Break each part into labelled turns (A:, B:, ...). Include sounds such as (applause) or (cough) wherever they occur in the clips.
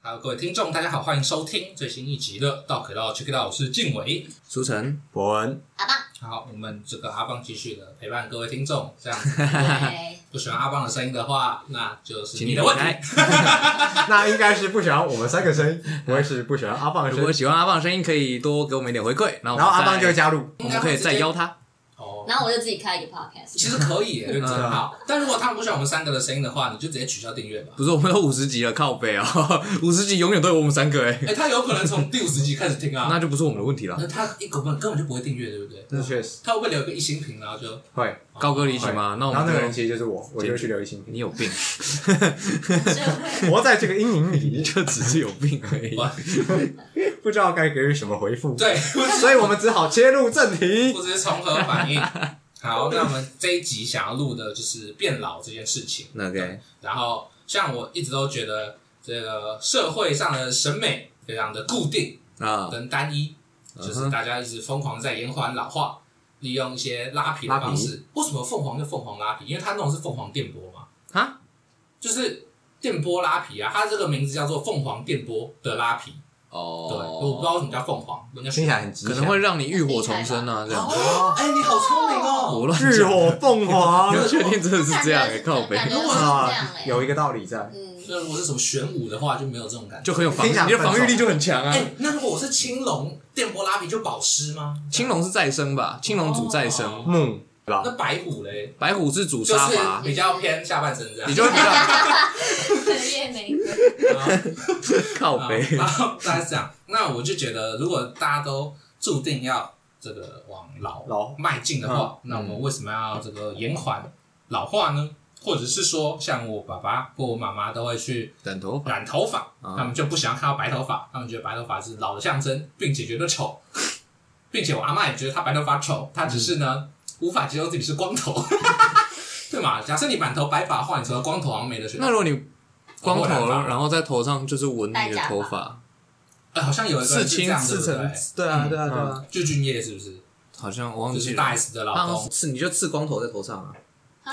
A: Hello，各位听众，大家好，欢迎收听最新一集的《道可道 Check It Out》，我是静伟。
B: 舒晨，
C: 博文，
A: (laughs)
D: 阿棒，
A: 好，我们这个阿邦继续的陪伴各位听众，这样子
D: 对，
A: 不喜欢阿邦的声音的话，那就是
B: 请
A: 你
B: 你
A: 的
B: 离
A: 问
B: 开
A: 题。。
C: 那应该是不喜欢我们三个
B: (laughs)
C: 声音，不会是不喜欢阿棒的
B: 如
C: 声
B: 果
C: 音，
B: 喜欢阿棒的声音，可以多给我们一点回馈，然后
C: 然后阿
B: 棒
C: 棒就会，加入。
B: 我们可以再邀他。
A: 哦，
D: 然后我就自己开一个
A: 其
D: podcast，
A: 实可以耶，认真好。但如果他们不喜欢我们三个的声音的话，你就直接取消订阅
B: (laughs)
A: 吧。
B: 不是，我们都五十集了，靠背哦，五十集永远都有我们三个哎，
A: 哎，他有可能从第五十集开始听啊，
B: 那就不是我们的问题了。
A: 那他一根本根本就不会订阅，对不对？
B: 嗯
C: 这确实
A: 他会不会留一个一星评，然后就哦
C: 会，
B: 高歌离席吗？那我
C: 然
B: 们
C: 后那个人
B: 就
C: 其实就是我，我就会去留一
B: (laughs)
C: 星
B: 你
C: 评，
B: 有病，
D: 就 (laughs) 会
C: 活在这个阴影
B: 你 (laughs)
C: 里，
B: 就只是有病而已。
A: 哇
C: 不知道该给予什么
B: (laughs)
C: 回复，
A: 对，
C: 所以我们只好切入正题。
A: 我只是从何反
B: (laughs)
A: 应。好，那我们这一集想要录的就是变老这件事情。
B: 那 OK，
A: 然后像我一直都觉得这个社会上的审美非常的固定
B: 啊，
A: 跟单一，就
B: 嗯
A: 是
B: 哼
A: 大家一直疯狂在延缓老化，利用一些拉皮的方式。为什么凤凰就凤凰拉皮？因为它那种是凤凰电波嘛，
B: 啊，
A: 就是电波拉皮啊，它这个名字叫做凤凰电波的拉皮。对，我不知道
B: 哦，
A: 为什么叫凤凰，应该
C: 听起来很吉
B: 可
C: 祥，
B: 能会让你浴火重生啊，这样。
A: 哦，哎，你好聪明哦！
B: 我乱
C: (laughs) 浴
B: 讲，
C: 火凤凰
B: 我确定真的是这样哎，
D: 我
B: 靠背
D: 感觉是这样
C: 啊
D: 哎，，
C: 有一个道理在。
A: (laughs)
D: 嗯，
A: 那如果是什么玄武的话，就没有这种感觉。
B: 就很有防，
C: 听起来
B: 你的防御力
C: 很
B: 就很强啊
A: 哎、。那如果我是青龙，电波拉皮就保湿吗？
B: 青龙是再生吧？青龙主再生，
A: 哦
C: 木对吧
A: 那？白虎嘞，
B: 白虎是主
A: 就
B: 杀
A: 是
B: 伐，
A: 比较偏下半身这样。 (laughs)
B: 你就会比较
D: 月玫瑰，
B: 靠
A: 啊
B: 背。
A: 然后大家是这样，那我就觉得，如果大家都注定要这个往老
C: 老
A: 迈进的话，
B: 嗯
A: 那我们为什么要这个延缓老化呢？或者是说，像我爸爸或我妈妈都会去
B: 短头发，
A: 染头发，
B: 啊
A: 他们就不想要看到白头发，他们觉得白头发是老的象征，并且觉得
B: (laughs)
A: 丑，并且我阿妈也觉得她白头发丑，她只是
B: 嗯
A: 呢、无法接受自己是光
B: (laughs)
A: 头，对嘛？假设你满头白发的话，你成了光头好像没得选。
B: 那如果你光
A: 染
B: 头，
A: 发
B: 然后在头上就是纹你的头发，
A: 哎好像有一个
B: 刺
A: 人是这
B: 青
A: 样，对
B: 刺
A: 不对
B: 成，对啊，对啊，对啊，
A: 就俊业是不是？
B: 好像我忘
A: 就
B: 记
A: 是大
B: 了，
A: S 的老
B: 好
A: 公
B: 像。是你就刺光头在头上啊，
D: 啊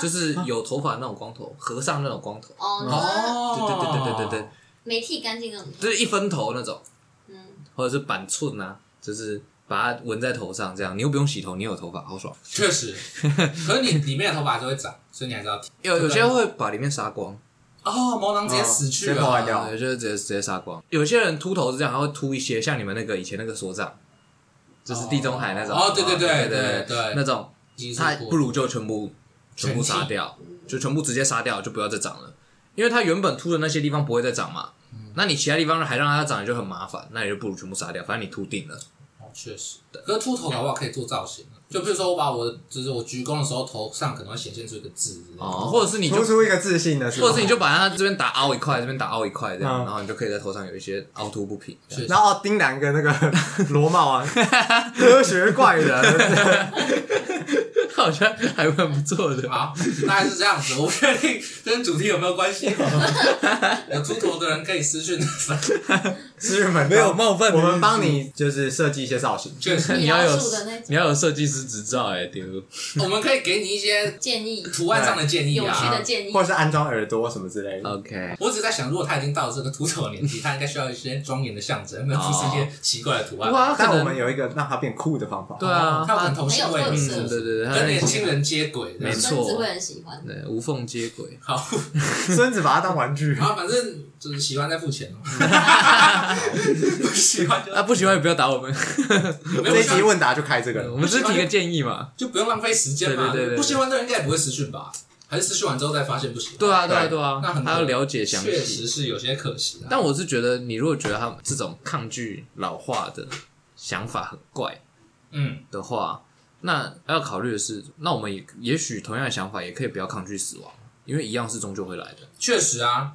B: (laughs) 就是有头发那种光头，和尚那种光头，
D: 哦，
A: 哦
B: 啊对对对对对对对，
D: 没剃干净那种，
B: 就是一分头那种，
D: 嗯，
B: 或者是板寸啊，就是把它纹在头上，这样你又不用洗头，你有头发，好爽。
A: 确实。可是你里面的头发就会长，所以你还是要剃。
B: 有有些会把里面杀光，
A: 哦，毛囊直接死去
C: 哦直接破坏
A: 了
C: 掉。
B: 啊就是直接直接杀光。有些人秃头是这样，他会秃一些，像你们那个以前那个所长，就是地中海那种。
A: 哦对对对对
B: 对对
A: 对
B: 那种
A: 其实
B: 他
A: 我
B: 不如就全部全部杀掉，就全部直接杀掉，就不要再长了，因为他原本秃的那些地方不会再长嘛。那你其他地方还让它长，就很麻烦。那你就不如全部杀掉，反正你秃定了。
A: 哦，确实。可是秃头搞不好可以做造型啊，就比如说我把我的就是我鞠躬的时候，头上可能会显现出一个字之类的
B: 哦，或者是你就
C: 突，出一个自信的，
B: 或者是你就把它这边打凹一块，这边打凹一块，这样，
C: 嗯
B: 然后你就可以在头上有一些凹凸不平。
A: 确实
C: 然后丁兰跟那个 (laughs) 罗帽啊，科学
B: (laughs)
C: 怪人，
B: (laughs)
C: (laughs)
B: 好像还蛮不错的。
A: 好，大概是这样子。我不确定跟主题有没有关系哦。有秃头的人可以私讯粉，
C: 是我们
B: 没有冒犯的
C: 我
B: 意思
C: 们帮你就是设计一些造型，
A: 确实，
B: 你要有
D: 米老鼠的那种
B: 你要有设计师执照哎、丢
A: 我们可以给你一些
D: 建议，
A: 图案上的建议
D: 有趣
A: 啊
D: 的。建议
C: 或，者是安装耳朵什么之类的。
B: OK，
A: 我只在想，如果他已经到了这个秃头的年纪，他应该需要一些庄严的象征，而
B: 哦
A: 不是一些奇怪的图案。
B: 哇，
C: 但
B: 啊可
C: 我们
B: 能
C: 有一个让它变酷的方法，
B: 对啊，
A: 哦他有可能
B: 他
A: 头型会
D: 很有特色
B: 嗯对对对他
A: 跟年轻人接轨。
B: 没错
D: 孙子会很喜欢，
B: 对无缝接轨，
A: 好，
C: 孙子把它当玩
A: (laughs)
C: 具
B: 啊
A: 然。后啊反正就是喜欢再付
B: (laughs)
A: 钱哦，不喜欢就
B: 啊不喜欢也不要打我们， (laughs)
A: 没有
C: (laughs) 这
A: 不
C: 一
A: 喜欢
C: 集问答就开这个
B: 我
C: 了，
B: 们只是提个建议嘛。
A: 就不用浪费时间嘛。
B: 对对对对
A: 不喜欢的人应该也不会私讯吧？还是私讯完之后再发现不喜欢？
B: 对啊，对啊，
C: 对
B: 对啊
A: 那，很
B: 他要了解详
A: 确
B: 细。
A: 实是有些可惜啊。
B: 但我是觉得，你如果觉得他们这种抗拒老化的想法很怪
A: 嗯，
B: 的话，那要考虑的是，那我们也也许同样的想法也可以不要抗拒死亡，因为一样是终究会来的。
A: 确实啊，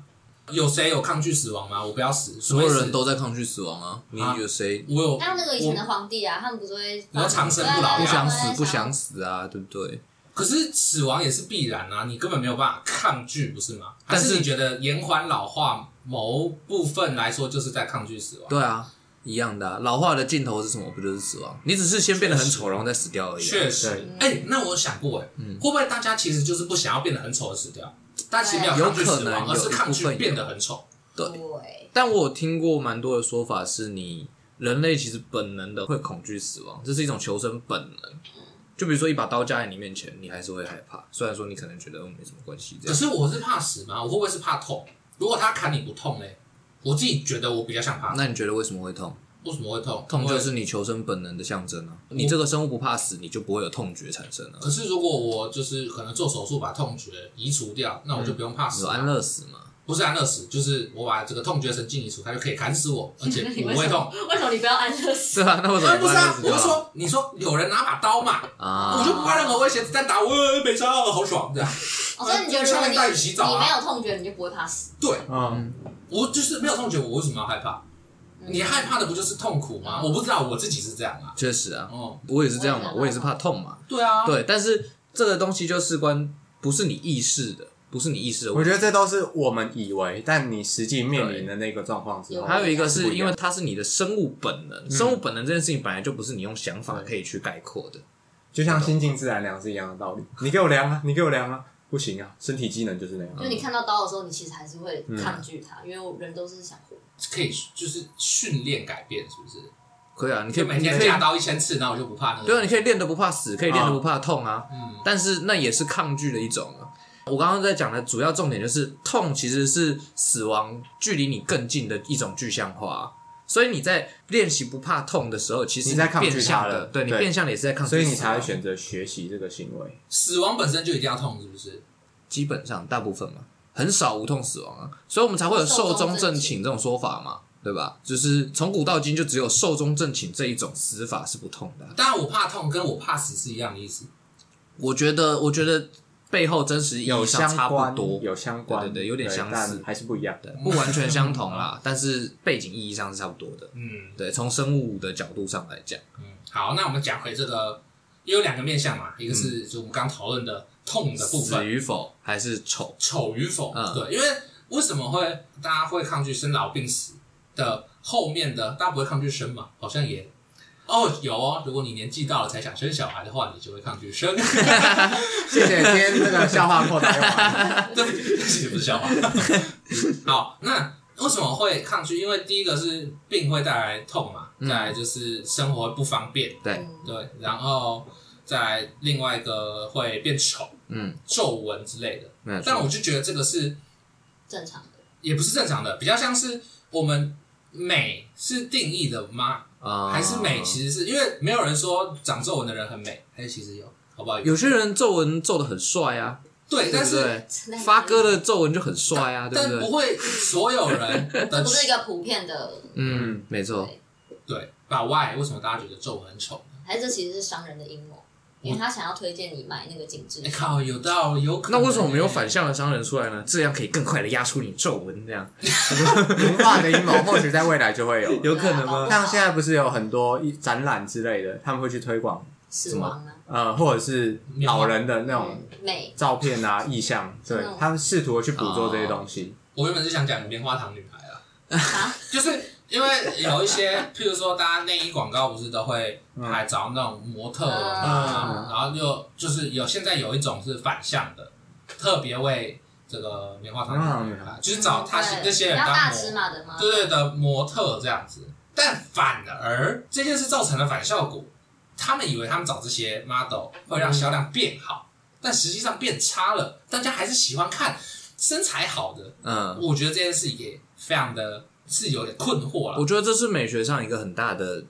A: 有谁有抗拒死亡吗？我不要死，
B: 所
A: 所
B: 有人都在抗拒死亡啊！你
A: 啊
B: 有谁
A: 我有
D: 像那个以前的
A: 我，
D: 皇帝啊，他们不是会
A: 你说长生不老
B: 不想死
D: 对
B: 不想死啊？对不对？
A: 可是死亡也是必然啊，你根本没有办法抗拒，不是吗？
B: 但是
A: 还是你觉得延缓老化某部分来说，就是在抗拒死亡？
B: 对啊，一样的啊、老化的尽头是什么？不就是死亡？你只是先变得很丑，然后再死掉而已、啊。
A: 确实
C: 对，
A: 哎、那我想过、哎、会不会大家其实就是不想要变得很丑而死掉？但其实没有
B: 有
A: 抗拒死
B: 可能
A: 亡，
B: 有
A: 而是抗
B: 一部分
A: 拒
B: 有
A: 变得很丑。
B: 对，
D: 对，
B: 但我有听过蛮多的说法，是你人类其实本能的会恐惧死亡，这是一种求生本能。就比如说一把刀架在你面前，你还是会害怕，虽然说你可能觉得嗯没什么关系这
A: 可
B: 样。
A: 是我是怕死吗？我会不会是怕痛？如果他砍你不痛嘞，我自己觉得我比较想怕。
B: (laughs) 那你觉得为什么会痛？
A: 为什么会痛？
B: 痛
A: 因为
B: 就是你求生本能的象征啊！你这个生物不怕死，你就不会有痛觉产生啊。
A: 可是如果我就是可能做手术把痛觉移除掉，那我就不用怕
B: 你
A: 死
B: 嗯有啊
A: 了。
B: 安乐死嘛？
A: 不是安乐死，就是我把这个痛觉神经移除，它就可以砍死我，而
B: (laughs)
A: 且
D: 你
A: 我
D: 为
A: 不会
D: 什么
A: 痛。？
D: 为什么你不要安乐死？
B: 对啊，那为什么
A: 啊，
B: 不
A: 不是
B: 安乐
A: 啊，
B: 死
A: 我
B: 就
A: 就
B: 好
A: 说，你说有人拿把刀嘛，我
B: 啊？
A: 就不怕任何威胁子弹打我，呃没杀，好爽这样。
D: 哦，所以你觉得如
A: 上
D: 果
A: 面
D: 你
A: 带你洗澡
D: 你没
A: 啊？
D: 有痛觉，你就不会怕死？
A: 对，
C: 嗯，
A: 我就是没有痛觉，我为什么要害怕？
D: 嗯
A: 你害怕的不就是痛苦吗？我不知道，我自己是这样啊。
B: 确实啊，
A: 哦，
B: 我也是这样嘛，我
D: 我也
B: 也是
D: 是怕
B: 怕痛嘛。
A: 对啊，
B: 对，但是这个东西就事关不是你意识的，不是你意识的
C: 我
B: 问
C: 觉
B: 题。
C: 得这都是我们以为，但你实际面临的那个状况之后
D: 对，
B: 还有一个
C: 是不
B: 是因
C: 一样嗯
B: 为它是你的生物本能，生物本能这件事情本来就不是你用想法可以去概括的。
C: 就像心静自然凉是一样的道理。你给我凉啊，你给我凉啊，不行啊，身体机能就是那样。
B: 嗯
D: 就你看到刀的时候，你其实还是会抗拒它，因为人都是想活。
A: 可以就是训练改变，是不是？
B: 可以啊，你可以
A: 就每天
B: 你可以
A: 架刀一千次，那我就不怕那个。
B: 对啊，你可以练得不怕死，可以练得不怕痛啊。
A: 嗯
B: 但是那也是抗拒的一种啊。我刚刚在讲的主要重点就是，痛其实是死亡距离你更近的一种具象化啊、所以你在练习不怕痛的时候，其实
C: 你在抗拒
B: 变相
C: 它
B: 的，
C: 了
B: 对你
C: 对
B: 变相的也是在抗拒死
C: 所
B: 亡，
C: 以你才会选择学习这个行为。
A: 死亡本身就一定要痛，是不是？
B: 基本上大部分嘛，很少无痛死亡啊，所以我们才会有寿终正寝这种说法嘛，对吧？就是从古到今就只有寿终正寝这一种死法是不痛的啊、
A: 当然，我怕痛跟我怕死是一样的意思。
B: 我觉得，我觉得背后真实意义上差不多，
C: 有相关，
B: 对对对有点相似
C: 但还是不一样的。
B: 对，不完全相同啦， (laughs) 但是背景意义上是差不多的。
A: 嗯
B: 对，从生物的角度上来讲，
A: 嗯，好，那我们讲回这个，也有两个面向嘛，一个是就我们刚讨论的痛的部
B: 死
A: 分，
B: 与否还是丑，
A: 丑与否。
B: 嗯
A: 对，因为为什么会大家会抗拒生老病死的后面的，大家不会抗拒生嘛？好像也。哦，有哦！如果你年纪到了才想生小孩的话，你就会抗拒
B: (laughs)
A: 生。
C: 谢谢今天这个笑话扩大
B: (laughs)
C: 完。
A: 对，这也不是笑话。好，那为什么会抗拒？因为第一个是病会带来痛嘛，
B: 嗯
A: 再来就是生活会不方便，
B: 对，
D: 嗯
A: 对，然后再来另外一个会变丑，
B: 嗯，
A: 皱纹之类的。
B: 没有错
A: 但我就觉得这个是
D: 正常的。
A: 也不是正常的，比较像是我们美是定义的吗？
B: 啊
A: 还是美其实是因为没有人说长皱纹的人很美，还是其实有，好不好？
B: 有些人皱纹皱的很帅啊，
A: 对，
B: 对
A: 但
B: 不
A: 是
B: 对？发哥
D: 哥
B: 的皱纹就很帅啊，对
A: 但
B: 对
A: 不？会所有人
D: 这
A: 的
B: (laughs)
D: 不是一个普遍的，
B: 嗯，没错，
A: 对，把 why 为什么大家觉得皱纹很丑？
D: 还是这其实是商人的阴谋，因为他想要推荐你买那个紧致
A: 哎、。靠，有道理，有可
B: (laughs) 那
A: 能、欸
B: 为什么没有反？向的商人出来呢？这样可以更快的压出你皱纹，这样
C: 文化的阴谋，或许在未来就会有。
D: 啊
B: 有可能吗？
C: 像现在不是有很多一展览之类的，他们会去推广，
D: 死亡啊，
C: 呃，或者是老人的那种
D: 嗯美
C: 照片啊、意象，对
D: 嗯
C: 他们试图地去捕捉
B: 哦
C: 这些东西。
A: 我原本是想讲棉花糖女孩啊，
D: 啊，
A: 就是因为有一些，譬如说大家内衣广告不是都会还找那种模特儿嘛，
C: 嗯
A: 然后就就是有现在有一种是反向的，特别为这个棉花糖
C: 棉花糖
A: 女
C: 女
A: 孩
C: 孩，
A: 就是找他是
D: 嗯对
A: 这些人
D: 比较
A: 当
D: 大
A: 模
D: 尺码的吗？
A: 对对的模特这样子，但反而这件事造成了反效果。他们以为他们找这些 model 会让销量变好，但实际上变差了。大家还是喜欢看身材好的。
B: 嗯，
A: 我觉得这件事也非常的是有点困惑了。
B: 我觉得这是美学上一个很大的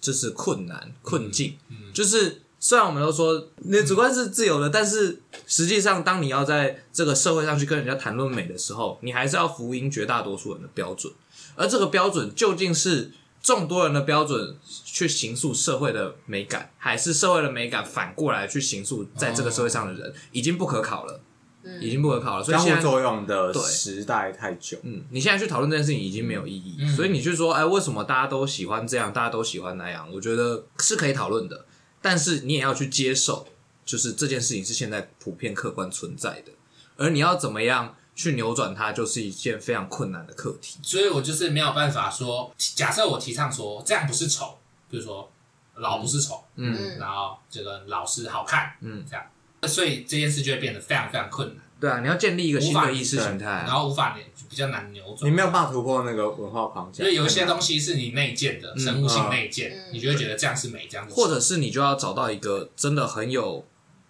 B: 就是困难困境，
A: 嗯
B: 就是。虽然我们都说你的主观是自由的，但是实际上，当你要在这个社会上去跟人家谈论美的时候，你还是要服膺绝大多数人的标准，而这个标准究竟是众多人的标准去形塑社会的美感，还是社会的美感反过来去形塑在这个社会上的人，已经不可考了，
D: 嗯
B: 已经不可考了。所以
C: 相
B: 现
C: 互
B: 在
C: 作用的
B: 对
C: 时代太久，
B: 嗯，你现在去讨论这件事情已经没有意义，
A: 嗯
B: 所以你去说，哎，为什么大家都喜欢这样，大家都喜欢那样？我觉得是可以讨论的，但是你也要去接受，就是这件事情是现在普遍客观存在的，而你要怎么样去扭转它，就是一件非常困难的课题。
A: 所以我就是没有办法说，假设我提倡说这样不是丑，比如说老不是丑，
B: 嗯
D: 嗯
A: 然后这个老是好看，
B: 嗯，
A: 这样，所以这件事就会变得非常非常困难。
B: 对啊，你要建立一个新
A: 无法
B: 的意识形态
A: 然
B: 啊。
A: 后无法比较难扭
B: 嗯
C: 你
A: 转。
C: 没有办法突破那个文化框架，
A: 因为有一些东西是你内建的，生物性内建，
D: 嗯
A: 你就会觉得这样是美，这样是
B: 嗯或者是你就要找到一个真的很有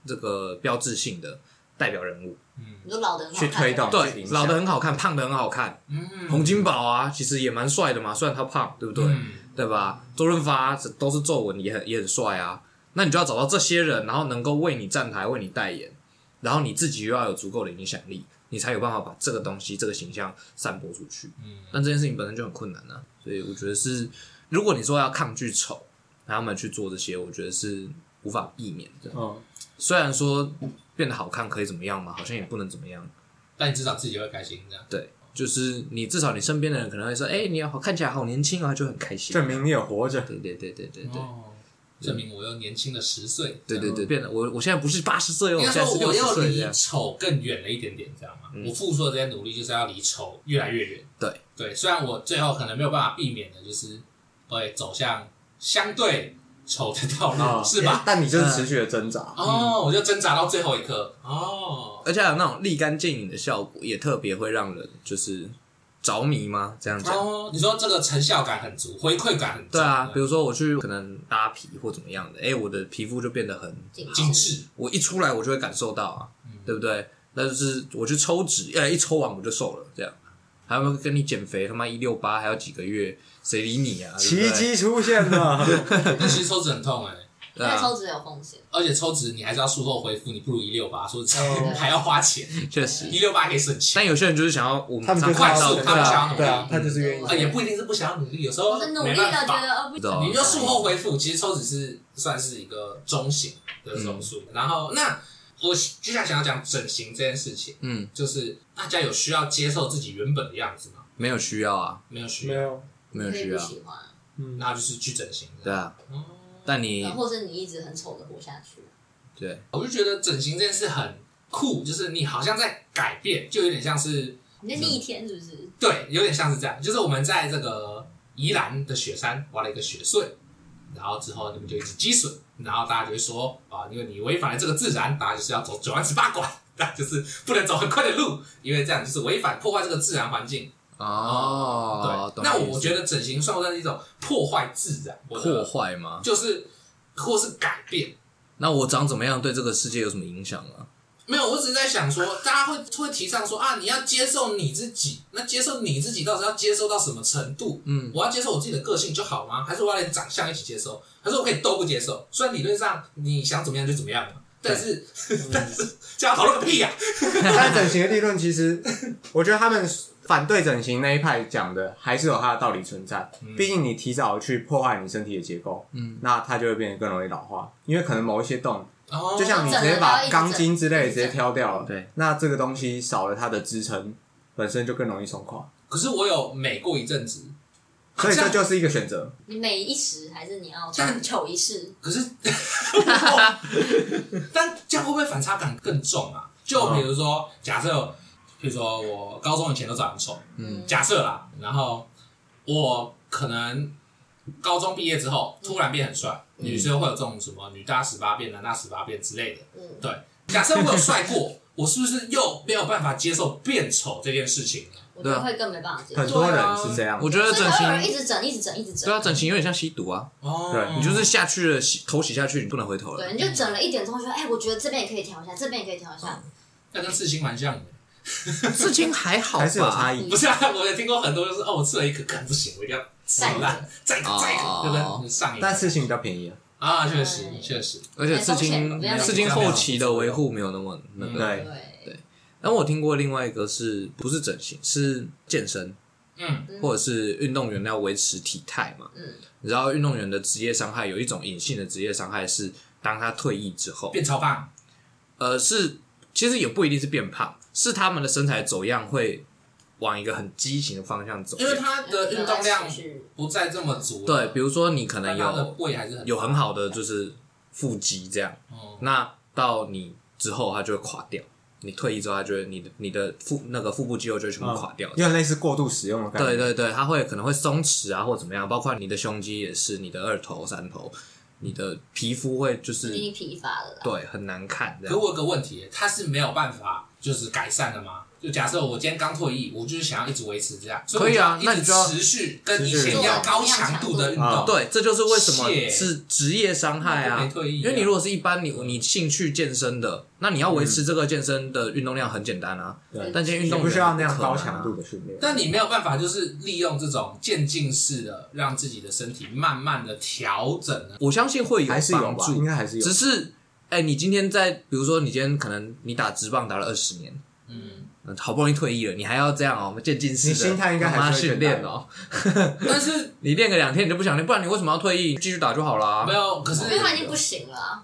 B: 这个标志性的代表人物，
A: 嗯
D: 你说老的很好
C: 去
D: 看
C: 推动，去
B: 对，
C: 影响
B: 老的很好看，胖的很好看，
A: 嗯，
B: 洪金宝啊，其实也蛮帅的嘛，虽然他胖，对不对？
A: 嗯
B: 对吧？周润发这都是皱纹，也很也很帅啊。那你就要找到这些人，然后能够为你站台、为你代言，然后你自己又要有足够的影响力，你才有办法把这个东西、这个形象散播出去。
A: 嗯，
B: 但这件事情本身就很困难啊，所以我觉得是，如果你说要抗拒丑，让他们去做这些，我觉得是无法避免的。
C: 嗯，
B: 虽然说变得好看可以怎么样嘛，好像也不能怎么样。
A: 但你至少自己会开心，这样
B: 对，就是你至少你身边的人可能会说：“哎、你好看起来好年轻啊”，就很开心。
C: 证明你有活着，
B: 对对对对对对。
A: 哦，证明我又年轻了十岁。
B: 对对对，变得我我现在不是八十岁
A: 应
B: 哦，我
A: 该
B: 现在
A: 说
B: 是
A: 我
B: 六十
A: 要
B: 岁这
A: 离
B: 样。嗯
A: 丑更远了一点点，知道吗？我付出的这些努力就是要离丑越来越远。
B: 对
A: 对，虽然我最后可能没有办法避免的，就是会走向相对丑的道
B: 嗯
C: 啊
B: 哦
A: 路，是吧？
C: 但你就是持续的挣扎，
A: 哦，我就挣扎到最后一刻。哦，
B: 而且还有那种立竿见影的效果，也特别会让人就是着迷吗？这样讲。
A: 哦，你说这个成效感很足，回馈感很重
B: 对啊，比
A: 对
B: 如说我去可能拉皮或怎么样的，哎、我的皮肤就变得很，
D: 紧
A: 精致。
B: 我一出来我就会感受到啊，对不对？那就是我去抽脂，哎、一抽完我就瘦了，这样。还有跟你减肥，他妈一六八还有几个月，谁理你啊？对
C: 奇
B: 不对
C: 迹出现了，
B: 嗯
A: 那其实抽脂很痛哎、
D: 因为抽脂有风险，
A: 而且抽脂你还是要术后恢复，你不如一六八，说真的
C: 哦
A: 还要花
B: (laughs)
A: 钱，
B: 确实。
A: 一六八可以省钱，
B: 但有些人就是想要我们
C: 他们就
B: 上
C: 是
B: 看
A: 快
B: 到
A: 速
B: 的
A: 他们
B: 对啊
A: 想要努
C: 对
A: 力
C: 啊，他就是愿意
D: 嗯
A: 啊，也不一定是不想要努力，有时候
D: 我是努
A: 没
D: 力
A: 办
D: 的，觉
A: 法。
D: 得呃不
B: 知道
A: 你就术后恢复，其实抽脂是算是一个中型的手术。然后，那我接下来想要讲整形这件事情，
B: 嗯，
A: 就是大家有需要接受自己原本的样子吗？
B: 没有需要啊，
A: 没有需
C: 没
A: 要，
C: 有，
B: 没有
D: 可以
B: 需
D: 不
B: 要，啊
D: 喜欢，
C: 嗯，
A: 那就是去整形。
B: 对啊。
A: 哦
B: 但你
D: 呃或是你一直很丑的活下去，
B: 对
A: 我就觉得整形这件事很酷，就是你好像在改变，就有点像是
D: 你在逆天是不是？
A: 对，有点像是这样，就是我们在这个宜兰的雪山挖了一个雪隧，然后之后你们就一直积水，然后大家就会说啊，因为你违反了这个自然，大家就是要走九弯十八拐，大家就是不能走很快的路，因为这样就是违反破坏这个自然环境。
B: 哦，
A: 对，
B: 懂你
A: 那
B: 意
A: 我
B: 思
A: 觉得整形算不算是一种破坏自然？我觉
B: 破
A: 得
B: 坏吗？
A: 就是或是改变。
B: 那我长怎么样对这个世界有什么影响啊吗？
A: 没有，我只是在想说，大家会会提倡说啊，你要接受你自己，那接受你自己到底要接受到什么程度？
B: 嗯，
A: 我要接受我自己的个性就好吗？还是我要连长相一起接受？还是我可以都不接受？虽然理论上你想怎么样就怎么样嘛，但是 (laughs) 但是这样讨论个屁呀、
C: (laughs) 但整形的立论其实，我觉得他们反对整形那一派讲的还是有它的道理存在。毕竟你提早去破坏你身体的结构，
B: 嗯，
C: 那它就会变得更容易老化，因为可能某一些洞，
A: 哦，
C: 嗯就像你直接把钢筋之类直接挑掉了，
B: 对，
C: 那这个东西少了它的支撑，本身就更容易松垮，
A: 可是我有美过一阵子，
C: (laughs) 所
A: 好
C: 以这
A: 像
C: 就是一个选择。
D: 你每一时还是你要
A: 但
D: 丑一世？
A: 可是， (laughs) 但这样会不会反差感更重啊？就比如说，假设，比如说我高中以前都长得很丑，
D: 嗯
A: 假设啦，然后我可能高中毕业之后突然变很帅，女生会有这种什么女大十八变、男大十八变之类的。
D: 嗯，
A: 对，假设我有帅过， (laughs) 我是不是又没有办法接受变丑这件事情呢？
D: 我觉
B: 对
D: 得
B: 啊
D: 会更没办法接受
C: 很。多人是这样
B: 我，觉得
D: 所
B: 整
D: 以才会有人一
B: 形，
D: 直整，一直整，一直整。
B: 对啊，整形有点像吸毒啊，
A: 哦，
C: 对
B: 你就是下去了，洗头洗下去，你不能回头
D: 对，
B: 了。
D: 你就整了一点之后，觉得哎，我觉得这边也可以调一下，这边也可以调一下。
A: 那跟刺青蛮像的。
B: 事情还好
C: 还是有差
B: 吧？
C: 异。
A: 不是啊，我也听过很多就是哦，我吃了一颗，干不行，我一定要吃烂，再一个，哦再一个，对不对？上瘾。
C: 但事情比较便宜啊，
A: 啊，确实确实，
B: 而且事
D: 哎
B: 情
D: 风险
B: 事情后期的维护没有那么那
A: 嗯
B: 个。
C: 对，
D: 对，
B: 但我听过另外一个是不是整形是健身，
A: 嗯，
B: 或者是运动员要维持体态嘛？
D: 嗯，
B: 你知道运动员的职业伤害有一种隐性的职业伤害是当他退役之后，
A: 变超胖，
B: 呃，是其实也不一定是变胖，是他们的身材走样会往一个很畸形的方向走。
A: 因为他的运动量不再这么足。
B: 对，比如说你可能
A: 但他的
B: 有
A: 胃还是很
B: 有很好的就是腹肌这样，
A: 哦
B: 那到你之后它就会垮掉。你退役之后，它就会你的你的腹那个腹部肌肉就会全部垮掉。
C: 有点类似过度使用的感觉。
B: 对对对，它会可能会松弛啊，或怎么样，包括你的胸肌也是，你的二头、三头，你的皮肤会就是
D: 已经疲乏了啦。
B: 对很难看这
A: 可
B: 样。
A: 我有个问题，他是没有办法就是改善了吗？就假设我今天刚退役，我就是想要一直维持这样，所
B: 可以啊
A: 我就要一直
B: 那你就要
A: 持续跟以
C: 持续
A: 前一样高强度的运动。
C: 啊
B: 对，这就是为什么
A: 谢
B: 是职业伤
A: 那
B: 害
A: 就
B: 啊
A: 没。退役啊
B: 因为你如果是一般你你兴趣健身的，那你要维持这个健身的运动量很简单啊。
C: 嗯对
B: 但这些运
C: 你
B: 动
C: 不需要那
B: 员
C: 样
B: 可能
C: 高
B: 啊
C: 强度。的训练。
A: 但你没有办法，就是利用这种渐进式的，让自己的身体慢慢的调整呢。
B: 我相信会有
C: 还是有
B: 帮
C: 吧，应
B: 助，
C: 该还是有
B: 只。是哎，你今天在比如说你今天可能你打直棒打了二十年。
A: 嗯，
B: 嗯好不容易退役了，你还要这样哦，渐进式的，
C: 你心态应该还是
B: 他妈
C: 会变
B: 训练哦。
A: 但
B: (laughs)
A: 是
B: 你练个两天你就不想练，不然你为什么要退役？继续打就好啦
A: 没。有，可是
D: 因为他已经不行了啊、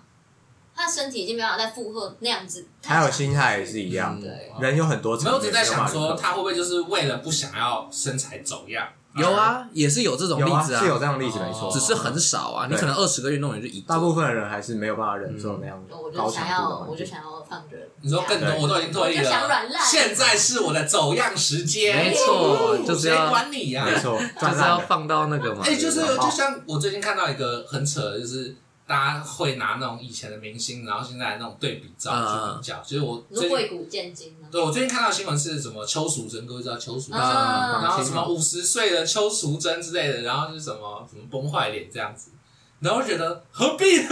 D: 他身体已经没有办法再负荷那样子。
C: 还有心态也是一样，
D: 对，
C: 人有很多层
A: 没有，
C: 面。
A: 我只在想
C: 没有
A: 说，
C: 办法
A: 他会不会就是为了不想要身材走样？
B: 有，啊，也是有这种
C: 有
B: 例
C: 啊，
B: 子
C: 是有这样的例子没
A: 哦
C: 错，
B: 只是很少啊。你
C: 对
B: 可能二十个运动员就一个，
C: 大部分人还是没有办法忍受那样
D: 嗯我就
C: 高
D: 想
C: 强度的
D: 要，
C: 环
D: 我就
C: 境。
D: 想要放着。
A: 你说更多
C: 对
A: 我都已经退役
D: 我就想软
A: 了，
D: 烂
A: 现在是我的走样时间，
B: 没错
A: 哦
B: 就是
A: 谁
B: 要
A: 管你呀、
C: 没错，
B: 就是
C: 赚
B: 要
C: 烂的
B: 放到那个嘛。啊
A: 哎、就是
B: 对吧
A: 就像我最近看到一个很扯的，就是大家会拿那种以前的明星，然后现在的那种对比
B: 嗯
A: 照去比较。就是我
D: 你
A: 最
D: 说
A: 近
D: 贵骨见金呢？
A: 对我最近看到的新闻是什么邱淑贞，各位知道邱淑贞吗。
B: 啊
A: 然
D: 啊，
A: 后什么五十岁的邱淑贞之类的，然后就是什么什么崩坏脸这样子，然后我觉得何必呢？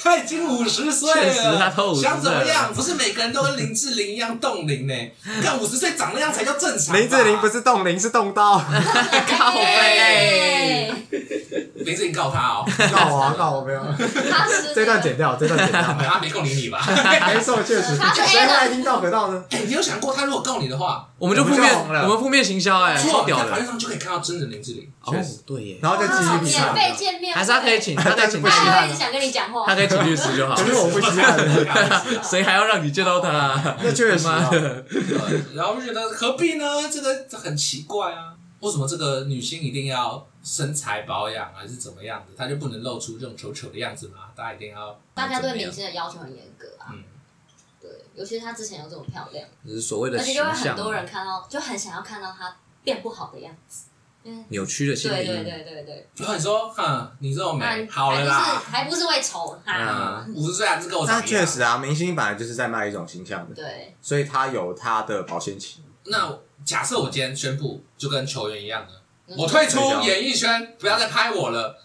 A: 他已经五十岁
B: 确实他
A: 了，
B: 都50
A: 想怎么
B: 岁了
A: 样？不是每个人都跟林志玲一样冻龄呢？看五十岁长那样才叫正常吧。
C: 林志玲不是冻龄，是冻到
B: 靠背，
D: 哎
A: 林志玲告他哦，
C: 告我啊告我没有，
D: 他是
C: 这段剪掉，这段剪
A: (laughs) 没有
C: 掉。
A: 他没空理你吧？
C: 没错，确实，
D: 他是
C: (laughs)
D: A
C: 谁
D: 的
C: 会听到得到呢？
A: 哎，你有想过他如果告你的话，
B: 我们就负
C: 我们
B: 面，
C: 就红了
B: 我们负面行销哎，
A: 说
B: 超
A: 你
B: 屌
A: 在法
B: 的
A: 律。上就可以看到真人林志玲，
B: 哦
C: 确实，
B: 对耶，
C: 然后就继续
D: 啊
C: 比
D: 免
C: 赛
D: 费。见面会，
B: 还是他可以请，他可以请律
D: 他
B: 师，
D: 还会一直想跟你讲话。
B: 他可以
D: (laughs)
B: 请律师就好
C: 可。是我不稀罕，
A: (laughs)
C: (laughs)
B: 谁还要让你见到他啊？
C: 那确实啊
B: 妈的，
A: 对然后我就觉得何必呢？这个很奇怪啊，为什么这个女星一定要身材保养啊还是怎么样的？她就不能露出这种丑丑的样子吗？大家一定要
D: 大家对明
A: 明
D: 星的要求很严格啊。
A: 嗯
D: 对，尤其是她之前有这么漂亮，
B: 就是所谓的
D: 而且
B: 形
D: 就会
B: 象
D: 很多人
B: 啊，
D: 看到，就很想要看到她变不好的样子。嗯，
B: 扭曲的心
D: 对
B: 理。
D: 对对对对，
A: 就很说，哼，你这么美，
D: 那
A: 好了啦，
D: 还哎不是还不是为丑哈。
A: 嗯，五十岁还是跟我长
C: 那
A: 一
C: 确
A: 样。
C: 实啊，明星本来就是在卖一种形象的，
D: 对，
C: 所以他有他的保鲜期。
A: 那假设我今天宣布，就跟球员一样的，
D: 嗯
A: 我退出
C: 啊
A: 演艺圈，不要再拍我了。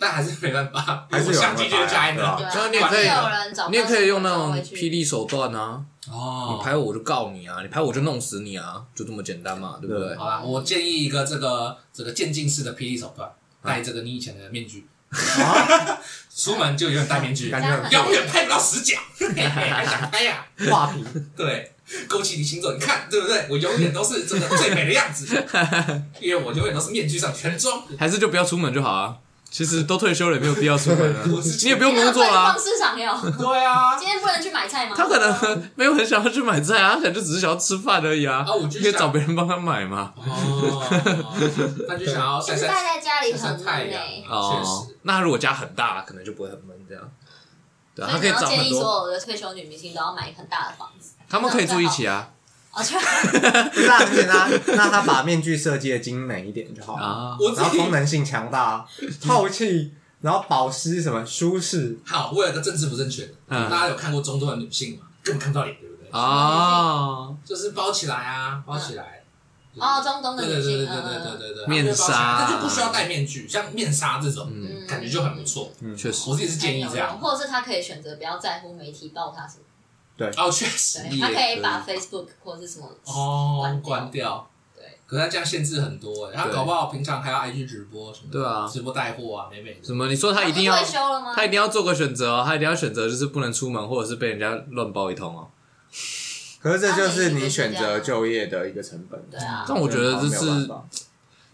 A: 但还是没办法，
C: 还是有人
A: 相机
C: 会拍啊
A: 绝佳
C: 对吧
A: 呢。
D: 对啊
B: 所以你也可以
D: 还是有人找不到
B: 你也可以用那
D: 什
B: 种
D: 么位置
B: 霹雳手段啊，
A: 哦
B: 你拍我我就告你啊，你拍我就弄死你啊，就这么简单嘛，对不对
C: 对？
A: 好啦，我建议一个这个这个渐进式的霹雳手段，戴这个你以前的面具，出门就永远戴面具，
C: 感
A: 永
C: 觉很
D: 这样很
A: 远拍不到死角，嘿嘿还想拍呀、
C: 画皮，
A: 对，勾起你心中，你看对不对？我永远都是这个最美的样子，因为我永远都是面具上全妆。
B: (laughs) 还是就不要出门就好啊。其实都退休了，也没有必要出门啊
A: 我是觉得
B: 你也不用工作啦、
D: 逛市场哟。
A: 对啊，
D: 今天不能去买菜吗？
B: 他可
D: (laughs)
B: 能没有很想要去买菜啊，他可能就只是想要吃饭而已啊。
A: 啊我就
B: 你可以
A: 想
B: 找别人帮他买嘛。
A: 哦，那就想要
D: 可
A: 晒
D: 是
A: 晒
D: 待在家里
A: 晒晒
D: 很
A: 太
D: 闷
A: 阳
D: 哎，，
A: 确
B: 哦
A: 实。，
B: 那他如果家很大，可能就不会很闷这样。对啊，他
D: 所
B: 可
D: 以
B: 以
D: 你要
B: 找
D: 建
B: 很
D: 议
B: 多，
D: 所有的退休女明星都要买很大的房子。
B: 他们可以住一起啊。
D: 哦，
B: (laughs)
D: 就
C: 不是啊很简单。那他把面具设计的精美一点就好了。
B: 啊，
A: 我自
C: 然后
A: 己
C: 功能性强大，透气，然后保湿什么舒适，
A: 好，我有一个政治不正确的，
B: 嗯
A: 大家有看过中东的女性吗？根本看不到脸，对不对？
B: 啊哦，
A: 就是包起来啊，包起来。
D: 哦，中东的
A: 对
D: 女
A: 对对对
D: 性，
A: 对对对
D: 嗯
A: 对对，
B: 面纱
A: 它就不需要戴面具，像面纱这种，
B: 嗯，
D: 嗯，
A: 感觉就很不错。
C: 嗯，
B: 确实
A: 我自己是建议这样。
D: 或者是他可以选择不要在乎媒体报他什么，
A: 哦，确实
D: 对，
B: 也
D: 他可
B: 可以
D: 以把 Facebook 或是什么，
A: 哦
D: 关，
A: 关掉。
D: 对，
A: 可是他这样限制很多哎，他
B: 对
A: 搞不好平常还要 IG 直播什么的，
B: 对啊
A: 直播带货啊，美美的。
B: 什么？你说他一定要
D: 不，是退休了吗？
B: 他一定要做个选择哦，他一定要选择就是不能出门，或者是被人家乱包一通哦。
C: 可是这就是你选择就业的一个成本。
D: 对啊，
B: 但我觉得这
C: 没有办
B: 是
C: 法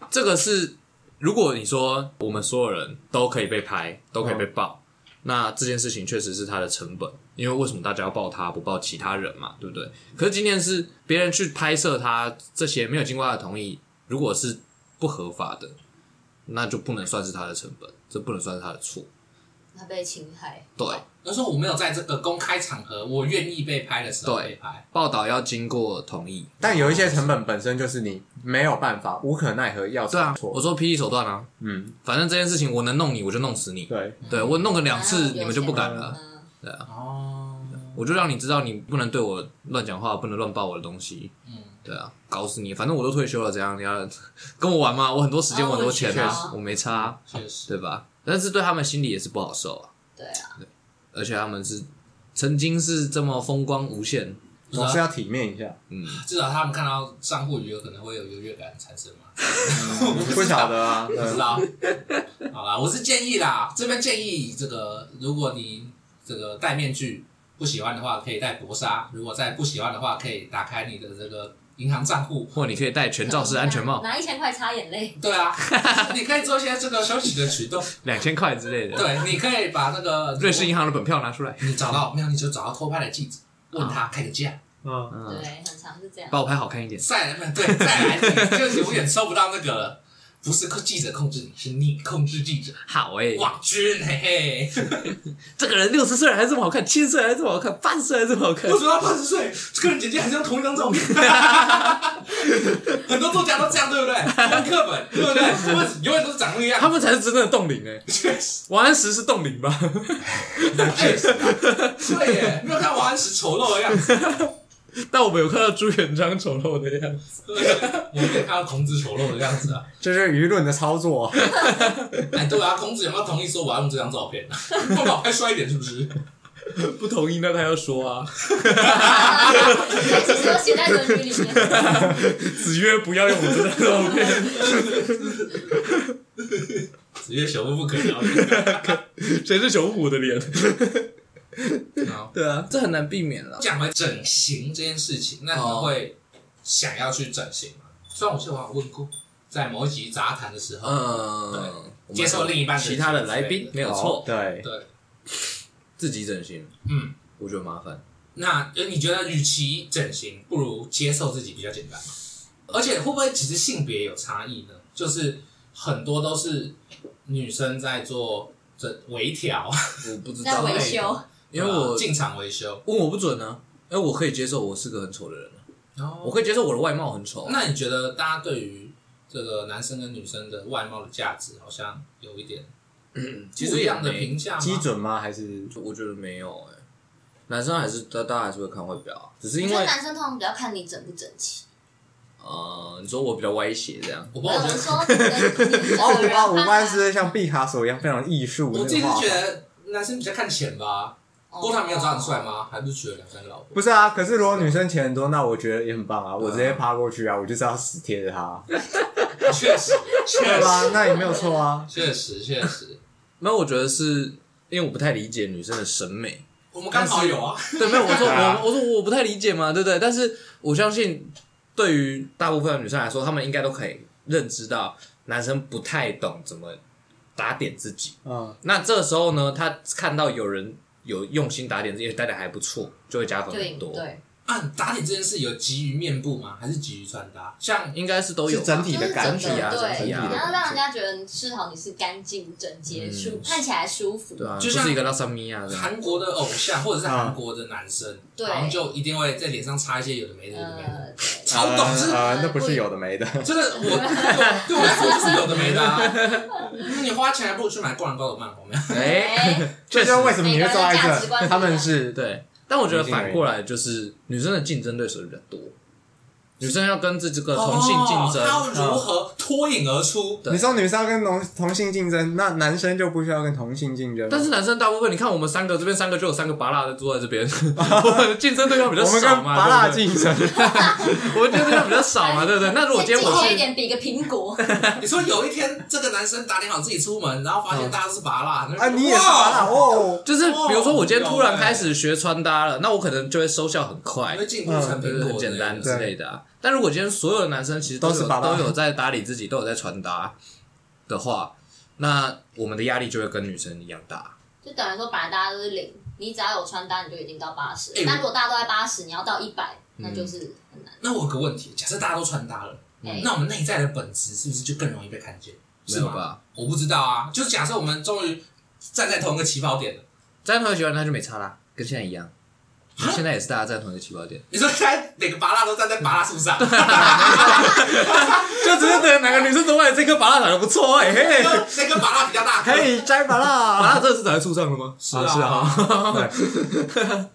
B: 这个是，如果你说我们所有人都可以被拍，都可以被爆，那这件事情确实是它的成本，因为为什么大家要爆他，不爆其他人嘛，对不对？可是今天是别人去拍摄他这些没有经过他的同意，如果是不合法的，那就不能算是他的成本，这不能算是他的错。
D: 他被侵害，
B: 对，
A: 他说我没有在这个公开场合，我愿意被拍的时候
B: 对
A: 被拍。
B: 报道要经过同意，
C: 但有一
B: 啊
C: 些成本本身就是你没有办法、无可奈何要
B: 对啊，我
C: 错。
B: 说霹雳手段啊，
C: 嗯，
B: 反正这件事情我能弄你，我就弄死你。
C: 对，
D: 啊
B: 对我弄个两次，
D: 嗯
B: 你们就不敢了。
D: 嗯
A: 哦，
B: 我就让你知道你不能对我乱讲话，不能乱爆我的东西。
A: 嗯，
B: 对啊，搞死你！反正我都退休了，怎样？你要 (laughs) 跟我玩吗？我很多时间，
D: 啊
B: 我很多
D: 我也
B: 钱
D: 觉得
B: 啊，我没差啊，
A: 确实，
B: 对吧？但是对他们心里也是不好受啊，
D: 对啊，
B: 而且他们是曾经是这么风光无限，
C: 总是要体
B: (laughs)
C: 面一下，
B: 嗯，
A: 至少他们看到账户余额可能会有优越感产生嘛。
C: 不晓得啊，
A: 不知
C: 嗯
A: 道。 (laughs) 好啦，我是建议啦，这边建议这个，如果你这个戴面具不喜欢的话，可以戴薄纱；如果再不喜欢的话，可以打开你的这个银行账户。
B: 或你可以戴全罩式安全
D: (laughs)
B: 帽，
D: 拿一千块擦眼泪，
A: 对啊， (laughs) 你可以做一些这个休息的
B: (laughs)
A: 举动。
B: 两千块之类的。
A: 对，你可以把那个
B: 瑞士银行的本票拿出来，
A: 你找到没有？你就找到偷拍的记者，
B: 啊
A: 问他开个价，
C: 嗯，
B: 嗯，
D: 对，很常是这样。
B: 把我拍好看一点。
A: 再来对再来，你就永远收不到那个了。不是记者控制你，是你控制记者。
B: 好哎、
A: 网军嘿嘿，
B: 这个人六十岁还这么好看，七十岁还这么好看，八十岁还这么好看
A: 为，什么要八十岁？这个人简直很像同一张照片。 (laughs) 很多作家都这样，对不对？翻课本，对不对？永远永远都是长那个样。
B: 他们才是真正的冻龄哎。
A: 确实，啊
B: 王安石是冻龄吧？
A: 确实，啊对耶，没有看王安石丑陋的样子，
B: 但我们有看到朱元璋丑陋的样子。
A: 对
B: (laughs)
A: 不对我们也看到孔子丑陋的样子啊。
C: 这是舆论的操作，
A: 哎，对啊，孔子有没有同意说我要用这张照片？啊不然我拍帅一点是不是？
B: 不同意，那他要说啊， (laughs)
D: 其实都写在《论语》里面，
B: 子曰不要用我这张照片， (laughs)
A: 子曰朽木不可雕。
B: 谁是九五的 (laughs) 脸？
A: 好
B: 对啊，这很难避免了。
A: 讲回整形这件事情，那你们
B: 哦
A: 会想要去整形吗？虽然我记得我好像问过，在某一集杂谈的时候，
B: 嗯，
A: 接受另一半的
B: 其他的来
A: 之类
B: 宾
A: 的
B: 没有错，
C: 对，
A: 对，
B: 自己整形，
A: 嗯，
B: 我觉得麻烦。
A: 那呃你觉得，与其整形，不如接受自己比较简单吗？而且会不会其实性别有差异呢？就是很多都是女生在做这微调，
B: 我不知
D: 在
B: 道
D: 维
B: 欸，
D: 修，
B: (laughs)
A: (laughs)
B: 因为我
A: 进场维修。
B: 问我不准呢，因为我可以接受我是个很丑的人啊，我
A: 哦，
B: 可以接受我的外貌很丑啊。
A: 那你觉得大家对于这个男生跟女生的外貌的价值，好像有一点
B: 嗯其
A: 不
B: 实
A: 一
B: 也
A: 样的
B: 没
A: 评价吗？
C: 基准吗？还是
B: 我觉得没有哎、男生还是大大家还是会看外表啊，只是
D: 我
B: 因
D: 觉得
B: 为
D: 男生通常比较看你整不整齐。
B: 呃，你说我比较歪斜这样，
A: 我不
D: 我
A: 知道，我觉
D: 是
A: 得，
D: 说
C: 哦，五
D: 你的，
C: 八
D: 八
C: 五八是像毕卡索一样非常艺术
A: 我
C: 那
A: 自己
C: 个
A: 是
C: 画
A: 觉，得男生比较看钱吧。
B: 哦
D: 哦
A: 郭台铭没有长得很帅？吗？还不是娶了两三个老婆？ (laughs)
C: 不是啊，可是如果女生钱很多，那我觉得也很棒啊，我直接趴过去啊，我就是要死贴着她，
A: 确实，确
C: 对
A: 实，
C: 吧？那也没有错啊，
A: 确实，确实。
B: 没有，我觉得是因为我不太理解女生的审美。
A: 我们刚好有啊，
B: 对，没有，我说
C: (laughs) 对啊
B: 我我说我不太理解嘛，对不对？但是我相信，对于大部分的女生来说，她们应该都可以认知到男生不太懂怎么打点自己。
C: 嗯，
B: 那这时候呢，她看到有人有用心打点自己，而且打点还不错，就会加分
D: 就
B: 很
D: 赢
B: 多。
D: 对，
A: 啊，打点这件事有急于面部吗？还是急于穿搭？像
B: 应该是都有吧
C: 是整体
D: 就是
C: 的感
D: 整
C: 觉
D: 个
B: 啊整
D: 对，
B: 体啊
D: 然后让人家觉得你至少你是干净、整洁、舒，看起来舒服。
B: 嗯对啊，
A: 就
B: 就
A: 像
B: 是一个拉萨啊米亚这
A: (laughs)
B: 样。
A: 韩国的偶像或者是韩国的男
B: 嗯
A: 生，
D: 对
A: 然后就一定会在脸上擦一些有的没的，有的没的。
D: 呃，对，
A: 超懂
C: 呃
A: 是
C: 呃，那不是有的没
B: 嗯
C: 的，
A: 真的，我对我 (laughs) 对我来说就是有的没的啊。那你花钱还不如去买《灌篮高手》漫画，没有？
B: 哎，
D: 哎，
B: 确
C: 这
B: 实
C: 就是为什么你会坐在
D: 每个人的价值观不
C: 这，
D: 一样
C: 他们是
B: 对，但我觉得反过来就是女生的竞争对手比较多，女生要跟这这个同性竞争，
A: 哦他要如何脱颖而出？
B: 对
C: 你说女生要跟同同性竞争，那男生就不需要跟同性竞争吗。
B: 但是男生大部分，你看我们三个这边三个就有三个拔蜡的坐在这边， (laughs) 我们的竞争对象比较
C: 我们
B: 少
C: 跟
B: 嘛，
C: 拔蜡
B: 对
C: 竞
B: (laughs)
C: 争，
B: 不对我们竞争对象比较少嘛，对不对？那如果今天我
D: 先精确一
B: 是
D: 点，比个苹果，
A: 你说有一天这个男生打点好自己出门，然后发现大家是拔蜡，那就
C: 啊，你也是拔蜡
A: 哇
C: 哦。
B: 就是比如说我今天突然
A: 哦
B: 开始学穿搭了，那我可能就会收效很快
A: 因为，进步成
B: 对
A: 苹
B: 嗯对，
A: 果
B: 很简单
A: 之类的
B: 之类的啊。但如果今天所有的男生其实都
C: 都
B: 有
C: 是拔蜡
B: 都有在打理自己，都有在穿搭的话，那我们的压力就会跟女生一样大。
D: 就等于说本来大家都是零，你只要有穿搭，你就已经到八十
A: 哎。我
D: 但如果大家都在八十，你要到一百，
B: 嗯
D: 那就是很难。
A: 那我有个问题，假设大家都穿搭了，
D: 嗯
A: 那我们内在的本质是不是就更容易被看见？
B: 没
A: 是
B: 有
A: 吗？
B: 吧？
A: 我不知道啊，就是假设我们终于站在同一个起跑点了。
B: 站同一个起跑点他就没差啦，跟现在一样。
A: 啊
B: 现在也是大家站同一个起跑点，
A: 你说现在每个拔蜡都站在拔蜡树上，
B: 就只是等哪个女生走过来，这颗拔蜡长得不错哎、嘿嘿，
A: 那个拔蜡比较大？
C: 可以摘拔蜡，
B: 啊
C: 啊
B: (laughs) 蜡这是长在树上了吗？
A: 是
C: 啊
B: (laughs)
C: 是
A: 啊，
C: 啊，对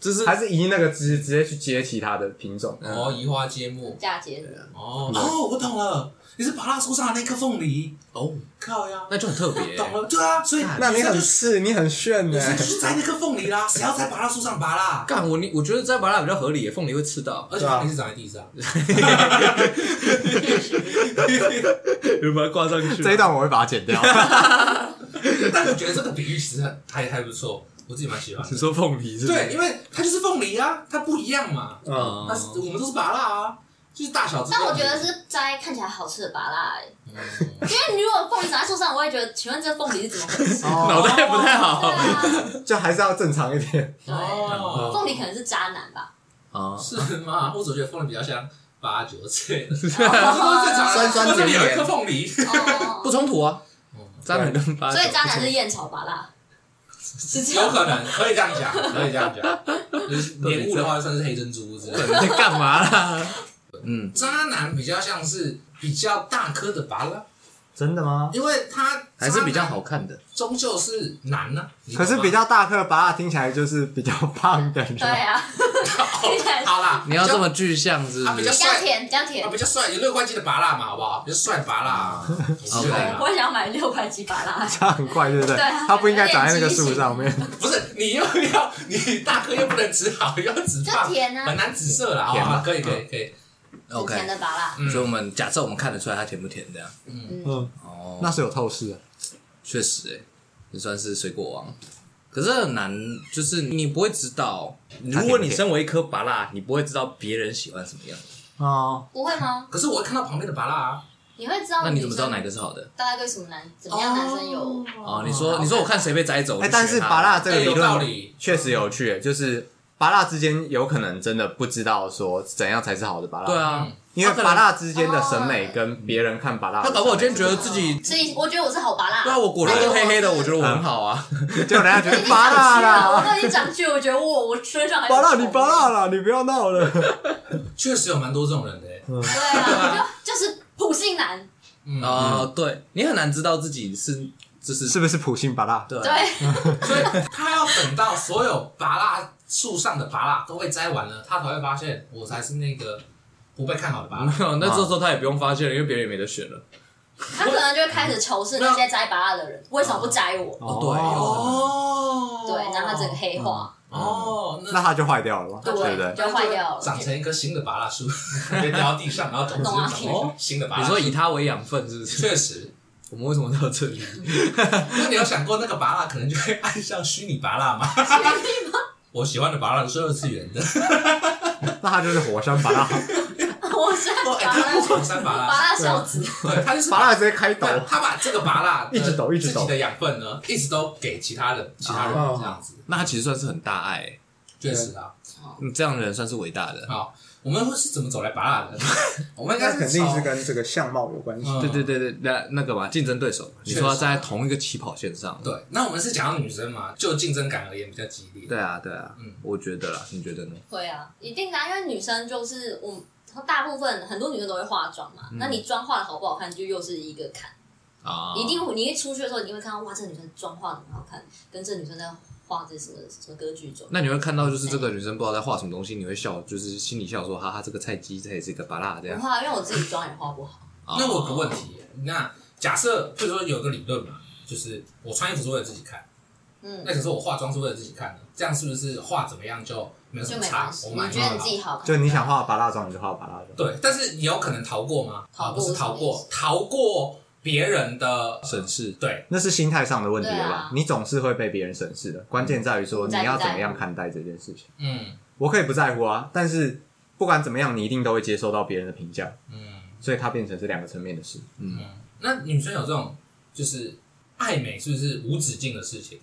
B: 就是
C: 还是以那个直直接去接其他的品种。
B: 哎
A: 哦，移花接木，
D: 嫁接的，
B: 呃
A: 哦哦，我懂了，你是爬到树上的那颗凤梨，
B: 哦，
A: 靠呀，
B: 那就很特别、
A: 懂了，对啊，所以
C: 那你
A: 女生
C: 很
A: 就是
C: 是你很炫欸呢
A: 女，生就是摘那颗凤梨啦，谁要摘爬到树上拔啦？
B: 干我你我觉得摘芭拉比较合理耶，凤梨会吃 (laughs) 到，
A: 而且凤梨是长在地上，
B: 有把它挂上去
C: 这一段我会把它
B: (laughs)
C: 剪掉。
A: 但我觉得这个比喻其实很还还不错，我自己蛮喜欢的。
B: 你说凤梨是不是
A: 对，因为它就是凤梨啊，它不一样嘛。
B: 哦 (laughs)
C: 嗯，
A: 它是我们都是拔辣啊，就是大小之间。
D: 但我觉得是摘看起来好吃的芭拉、欸，
A: 嗯
D: 因为如果凤梨长在树上，我也觉得，请问这凤梨是怎么
B: (laughs)
D: 回事？
B: 脑
C: 哦，
B: 袋不太好
D: 对啊，
C: 就还是要正常一点。
D: 对，
A: 哦，
D: 凤梨可能是渣男吧，
B: 啊，
A: 是吗？我总觉得凤梨比较像八九岁的，
B: (laughs)
A: 我这都是正常的。
C: 酸酸
A: 我这里有一颗
C: 甜甜
A: 凤梨，
D: 哦
B: (laughs) 不，冲突啊
A: 嗯，
B: 渣男跟芭拉，
D: 所以渣男是燕草芭
B: 哦
D: 拉，是这
A: 有
D: 样。
A: 可能可以这样讲，可以这样讲。就是莲雾的话，算是黑珍珠之类的。
B: (laughs) 你在干嘛啦？嗯，
A: (laughs) 渣男比较像是比较大颗的拔拉，
C: 真的吗？
A: 因为它
B: 还是比较好，看的，
A: 终究是男呢。你懂
C: 可
A: 吗
C: 是比较大颗拔蜡听起来就是比较胖的人。
D: 对啊，听起
A: (laughs)
D: 来
A: 好啦，
B: 你要这么具象是
A: 啊
B: 不
A: 比较
B: 是？
D: 比较甜，比较甜
A: 啊，比较帅，有六块肌的拔蜡嘛，好不好？比较帅拔蜡
C: (laughs)
A: 啊，我是觉得
D: 对，
A: 啦
D: 我也想买六块几芭 (laughs) 拉，
C: 它很快，对不对？
D: 对啊
C: 它不应该长在那个树上面。嗯
A: 不是你又要你大颗又不能指好，又要指
D: 就
A: 胖，
D: 甜啊
A: 很，难指色啦。好
C: 甜嗯
A: 啊
C: 嘛，
A: 可以可以可以，
D: 很甜
B: OK，
D: 的芭拉。
A: 嗯
B: 所以我们假设我们看得出来它甜不甜这样，
D: 嗯，
C: 嗯，
B: 哦，
C: 那是有透视的。
B: 确实、欸，也算是水果王。可是很难，就是你不会知道，如果你身为一颗拔蜡，你不会知道别人喜欢什么样。
C: 哦，
D: 不会吗？
A: 可是我会看到旁边的拔蜡啊，
D: 你会知道？
B: 那你怎么知道哪个是好的？
D: 大概对什么男怎么样男生有？
B: 哦，你说，你说我看谁被摘走，
C: 哎，但是拔蜡
B: 这
C: 这个理
A: 有道
C: 论
A: 理。
C: 确实有趣，就是拔蜡之间有可能真的不知道说怎样才是好的拔蜡。
B: 对，啊，
C: 因为拔蜡之间的审美
D: 哦
C: 跟别人看拔蜡
B: 他
C: 的审美，
B: 搞不好今天觉得自己，
D: 所以我觉得我是好芭拉。
B: 对啊，我果肉都黑黑的，
D: 嗯
B: 我觉得我很好啊。
C: 就人家觉
D: 我已
C: 得
D: 经
C: 拔蜡
D: 长 (laughs)
C: 啦，
D: 蛆了，我都已经长蛆，我觉得我我身上还有
C: 拔蜡
D: 虫
C: 你拔蜡啦，你不要闹了。 (laughs)
A: 确实有蛮多这种人的欸。
C: 嗯
D: 对啊，就就是普信男，
A: 嗯
B: 啊，对你很难知道自己是就是
C: 是不是普信拔蜡？
B: 对啊
D: 对，
A: 所以他要等到所有拔蜡树上的拔蜡都被摘完了，他才会发现我才是那个不被看好的拔蜡。
B: 没哦有，那这时候他也不用发现了，因为别人也没得选了。
D: (laughs) 他可能就会开始仇视那些摘芭拉的人，为什么不摘我？
B: 哦对
C: 嗯
A: 哦
D: 对，然后他整个黑化，
A: 哦，那
C: 那它就坏掉了嘛，对不
D: 对，
C: 对？
D: 就坏掉
A: 长
D: 了。
A: 成一棵新的拔蜡树， (laughs) 被掉到地上，然后种子就
D: 啊
A: 长
C: 哦
A: 成新的拔
B: 你
A: 蜡
B: 说
A: 树。
B: 以他为养分是不是？ (laughs)
A: 确实，
B: 我们为什么到这里？
A: 那你有想过那个拔蜡可能就会爱上虚拟拔蜡吗？ (laughs) 我喜欢的拔蜡是二次元
C: (laughs)
A: 的，
C: 那它就是火山拔蜡，
D: (laughs) 我是
A: 哦，哎，
D: 芭
A: 他不是
D: 拉，
A: 火山拔
D: 芭
A: 蜡，
D: 拉孝子，
A: 对，他就是
C: 拔蜡直接开抖
A: 没。有他把这个拔蜡的
C: (laughs) 一直抖一直
A: 自
C: 抖
A: 己的养分呢，一直都给其他人，其他人
C: 哦
A: 这样子，
B: (laughs) 那他其实算是很大爱欸，
A: 确实啊。
B: 嗯这样的人算是伟大的。
A: 好，我们会是怎么走来拔蜡的？我们应该
C: (laughs) 那
A: 是
C: 肯定
A: 从
C: 是跟这个相貌有关系。
A: 嗯
B: 对对对对，那那个嘛，竞争对手嘛，你
A: 确实
B: 说他站在同一个起跑线上，
A: 嗯对。那我们是讲到女生嘛，就竞争感而言比较激烈。
B: 对啊对啊
A: 嗯，
B: 我觉得啦，你觉得呢？
D: 会啊，一定的啊，因为女生就是我，大部分很多女生都会化妆
A: 嗯
D: 嘛，那你妆化的好不好看，就又是一个坎。
A: 哦
B: 啊，
D: 一定会，你一出去的时候，你会看到哇，这女生妆化的很好看，跟这女生在画这什么什么歌剧妆。
B: 那你会看到，就是这个女生不知道在画什么东西，你会笑，就是心里笑说，哈哈，这个菜鸡，这也是一个巴拉这
D: 不
A: 啊
B: 样。
D: 画，因为我自己妆也画不好。
B: 啊
A: 那我有个问，题，那假设比如说有个理论嘛，就是我穿衣服是为了自己看，(laughs)
D: 嗯
A: 那，可是我化妆是为了自己看的，这样是不是画怎么样就没有什
D: 就
A: 么
D: 没
A: 差
D: 关？系。
A: 我
D: 你
A: 满意就
D: 觉得
A: 好
D: 你自己好看，啊
C: 就你想画拔蜡妆，你就画拔蜡妆。
A: 对，但是你有可能逃过吗？
D: 逃
A: 啊，
D: 过
A: 不是逃
D: 是
A: 过，逃过别人的
B: 审视
A: 对，
C: 那是心态上的问题了
D: 对
C: 吧？
D: 啊嗯
C: 你总是会被别人审视的，关键在于说你
D: 在不
C: 要怎
D: 在
C: 么
D: 乎
C: 样看待这件事情。
A: 嗯
C: 我可以不在乎啊，但是不管怎么样，你一定都会接受到别人的评价，
A: 嗯
C: 所以它变成是两个层面的事。
A: 嗯。那女生有这种就是爱美是不是无止境的事情？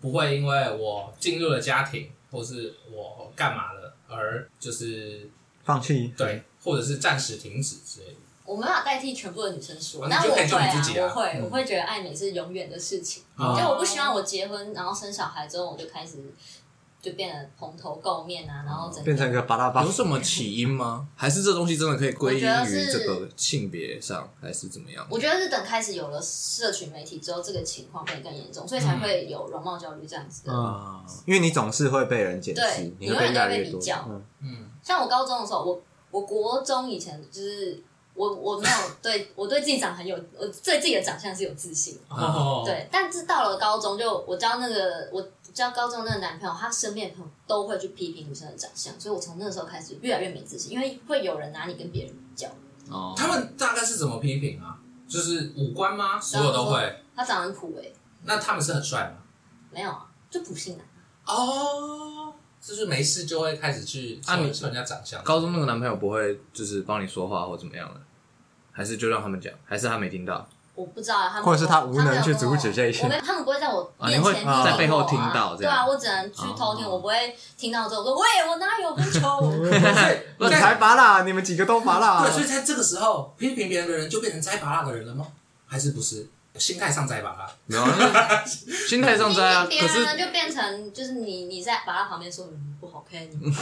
A: 不会因为我进入了家庭，或是我干嘛了，而就是
C: 放弃，
A: 对，
D: 嗯
A: 或者是暂时停止之类的。
D: 我没办法代替全部的女生说，
A: 啊
D: 但
A: 你就
D: 我
A: 可以
D: 会
A: 做
D: 啊
A: 你自，己啊
D: 我会，我会觉得爱美是永远的事情。
A: 哦
D: 就我不希望我结婚，然后生小孩之后，我就开始就变得蓬头垢面啊，然后整
C: 变
D: 个
C: 成一个巴拉巴
B: 有。什么起因吗？还是这东西真的可以归因
D: 我觉得
B: 于这
D: 是
B: 个性别上，还是怎么样？
D: 我觉得是等开始有了社群媒体之后，这个情况会更严重，所以才会有容貌焦虑这样子的。
B: 啊，
C: 嗯因为你总是会被人检视
D: 对，
C: 你会被越来
D: 永远都会
C: 越
D: 被
C: 多
D: 比较。
C: 嗯
A: 嗯，
D: 像我高中的时候，我我国中以前就是我我没有对我对自己长很有，我对自己的长相是有自信的。
A: 哦，，
D: 对，但是到了高中就我交那个我交高中那个男朋友，他身边的朋友都会去批评女生的长相，所以我从那个时候开始越来越没自信，因为会有人拿你跟别人比较，
B: 哦，
A: 他们大概是怎么批评啊？就是五官吗？所有都会？
D: 他长得很普哎、
A: 那他们是很帅吗？
D: 没有啊，就普信男，
A: 哦，就是没事就会开始去
B: 啊你
A: 说人家长相。
B: 高中那个男朋友不会就是帮你说话或怎么样的，还是就让他们讲，还是他没听到
D: 我不知道啊他们，
C: 或者是他无能
D: 他没有
C: 去
D: 跟
C: 阻
D: 我
C: 止这一些
D: 我没，他们不会在我
B: 啊
D: 面
B: 你会
D: 前批评
B: 啊
D: 我
B: 在背后
D: 啊
B: 听到这
D: 对
B: 样
D: 啊，我只能去偷听，
B: 哦
D: 我不会听到之后说，喂，我哪有
B: (laughs)
D: 很丑？
C: (laughs) 嗯你
D: (laughs)
C: 才拔啦，你们几个都啊拔啦
A: 对，。所以在这个时候批评别人的人就变成摘把蜡的人了吗？还是不是？心态上摘把蜡，
B: 没有 (laughs) 啊？就是心态上在啊，
D: 批
B: 可
D: 评
B: 是
D: 别人呢就变成就是你你在把他旁边说你不好看，你不好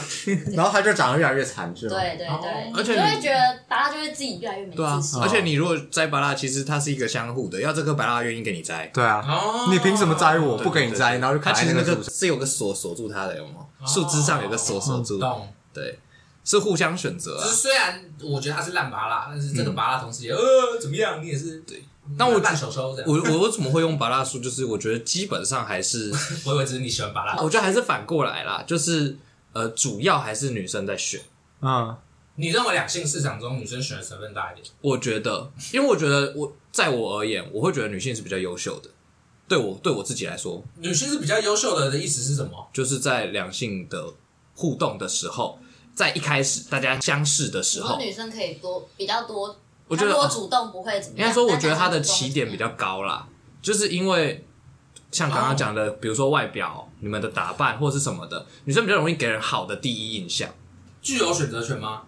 B: (laughs)
D: 看，
C: 然后他就长得越来越惨，是吗？
D: 对对对，
A: 哦
B: 啊而且
D: 就
B: 你
D: 会觉得把他就会自己越来越没
B: 对啊
D: 自信。，
B: 而且你如果摘白蜡，其实它是一个相互的，要这颗白蜡愿意给你摘，
C: 对啊，
A: 哦
C: 你凭什么摘我？
B: 对
C: 不给你摘，
B: 对对
C: 然后就
B: 它
C: 卡
B: 其
C: 在
B: 实
C: 那
B: 那
C: 个树
B: 个
C: 上。
B: 是有个锁锁住它的，有吗？
A: 哦
B: 树枝上有个锁锁住，
A: 懂。
B: 对，是互相选择
A: 就
B: 啊
A: 是。虽然我觉得他是烂拔蜡，但是这个拔蜡同时也呃怎么样，你也是对。
B: 但我
A: 烂手手这样，
B: 我我我怎么会用白蜡树？就是我觉得基本上还是，，
A: 我以为只是你喜欢拔蜡
B: 我觉得还是反过来啦，就是呃，主要还是女生在选。
C: 嗯，
A: 你认为两性市场中女生选的成分大一点？
B: 我觉得，因为我觉得我在我而言，我会觉得女性是比较优秀的。对我对我自己来说，
A: 女性是比较优秀的的意思是什么？
B: 就是在两性的互动的时候，在一开始大家相识的时
D: 然后
B: 候，
D: 女生可以多比较多，
B: 啊我觉得
D: 她多主动不会怎么
B: 应
D: 样。
B: 该说我觉得她的
D: 但男生
B: 起
C: 嗯
D: 主动
B: 点比较高啦，就是因为像刚
C: 哦
B: 刚讲的，比如说外表、你们的打扮或是什么的，女生比较容易给人好的第一印象。
A: 具有选择权吗？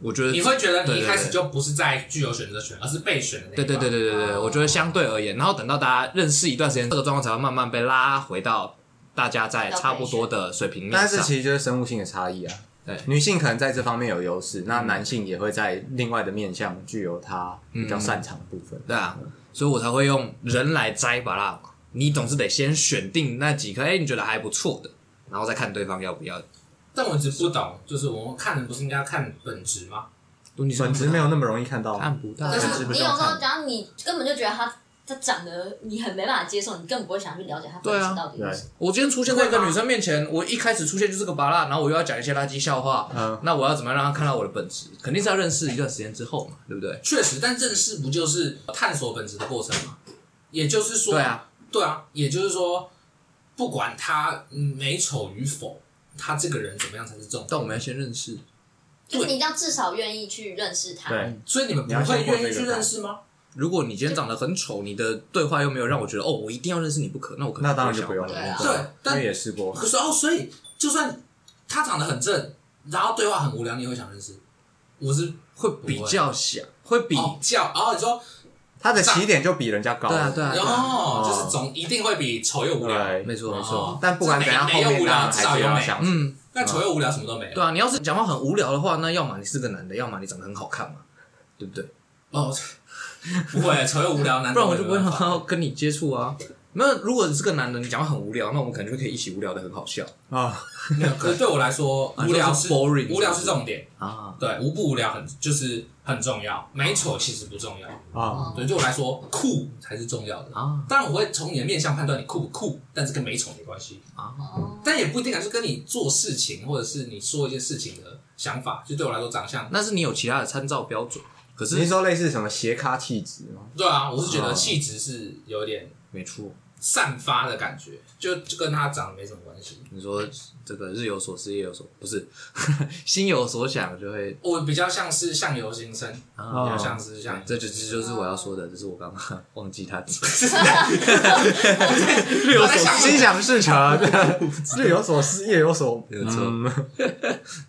B: 我觉得
A: 你会觉得
B: 对
A: 你
B: 对
A: 一开始
B: 对
A: 就不是在具有选择权，而是被选的那一
B: 对对对
A: 方
B: 对对对，
D: 哦
B: 我觉得相对而言，然后等到大家认识一段时间，这个状况才会慢慢被拉回到大家在差不多的水平面
C: 但是
B: 上。
C: 其实就是生物性的差异啊。
B: 对
C: 女性可能在这方面有优势，那男性也会在另外的面向具有他比较擅长的部分。
B: 对啊，所以我才会用人来摘把蜡嘛。你总是得先选定那几颗，哎，你觉得还不错的，然后再看对方要不
A: 嗯
B: 要。
A: 但我一直不懂，就是我们看人不是应该看本质吗？
B: 你
C: 本质没有那么容易看到，
B: 看不到，
D: 但
C: 本质
D: 是
C: 不
D: 你
C: 是
D: 有
C: 要
D: 时
C: 看
D: 候，然后你根本就觉得她她长得你很没办法接受，你根本不会想去了解她本
B: 对啊
D: 质到底是什么。
B: 我今天出现在一个女生面前，我一开始出现就是个拔蜡，然后我又要讲一些垃圾笑话，
C: 嗯
B: 那我要怎么样让她看到我的本质？肯定是要认识一段时间之后嘛，对不对？
A: 确实，但认识不就是探索本质的过程吗？也就是说，
B: 对，啊，
A: 对啊，也就是说，不管他嗯美丑与否，他这个人怎么样才是重点。
B: 但我们要先认识。
A: 对
D: 就是你一定要至少愿意去认识她。
C: 对，
A: 所以你们不
C: 你要
A: 会
C: 先过这个
A: 愿意去
C: 坎
A: 认识吗？
B: 如果你今天长得很丑，你的对话又没有让我觉得哦，我一定要认识你不可，那我可能
C: 那当然就不
B: 会想
C: 用了。
D: 对啊
A: 对
C: 因
A: 但
C: 为也试过，
A: (laughs) 可是哦，所以就算他长得很正，然后对话很无聊，你也会想认识？我是
B: 会比较想，会比、
A: 比较，哦，你说
C: 他的起点就比人家高。
B: 对啊对啊，对啊
A: 哦
C: 哦，
A: 就是总一定会比丑又无聊。
C: 对
B: 没错没
A: 哦
B: 错，
C: 但不管怎样，
A: 这
C: 后
A: 没没有
C: 面
A: 无聊
C: 当然
A: 至少
C: 还是
A: 有
C: 要
A: 美
C: 想。
B: 嗯，
A: 那丑又无聊，什么都没有。
B: 对啊，你要是讲话很无聊的话，那要么你是个男的，要么你长得很好看嘛，对不对？
A: 哦， (laughs) 不会，丑又无聊，难
B: 不
A: 道
B: 然我就不会
A: 没
B: 好
A: 办法
B: 好跟你接触啊。那如果你是个男的，你讲话很无聊，那我们可能就可以一起无聊的很好笑
C: 啊，
A: 没有，可是对我来说，
B: 啊
A: 无聊
B: 就是 boring，
A: 无聊是重点。
B: 啊。
A: 对，无不无聊很就是很重要，美丑其实不重要。
C: 啊，
A: 对，对我来说，酷才是重要的。
B: 啊
A: 当然，我会从你的面相判断你酷不酷，但是跟美丑没关系。
B: 啊！
D: 哦，
A: 但也不一定啊，就跟你做事情或者是你说一件事情的想法，就对我来说，长相。
B: 那是你有其他的参照标准，可
C: 你是
B: 是
C: 说类似什么斜咖气质吗？
A: 对啊，我是觉得
C: 哦
A: 气质是有点
B: 没错，
A: 散发的感觉，就就跟他长得没什么关系。
B: 你说这个日有所思，夜有所不是， (laughs) 心有所想就会
A: 我比较像是相由心生，比
B: 啊
A: 较
C: (laughs)
A: 像是
C: 哦
A: 像
B: 这就这就是我要说的，这是我刚刚忘记他
A: 日有所
C: 心想事成，日有所思，夜有所
B: 有错
C: 嗯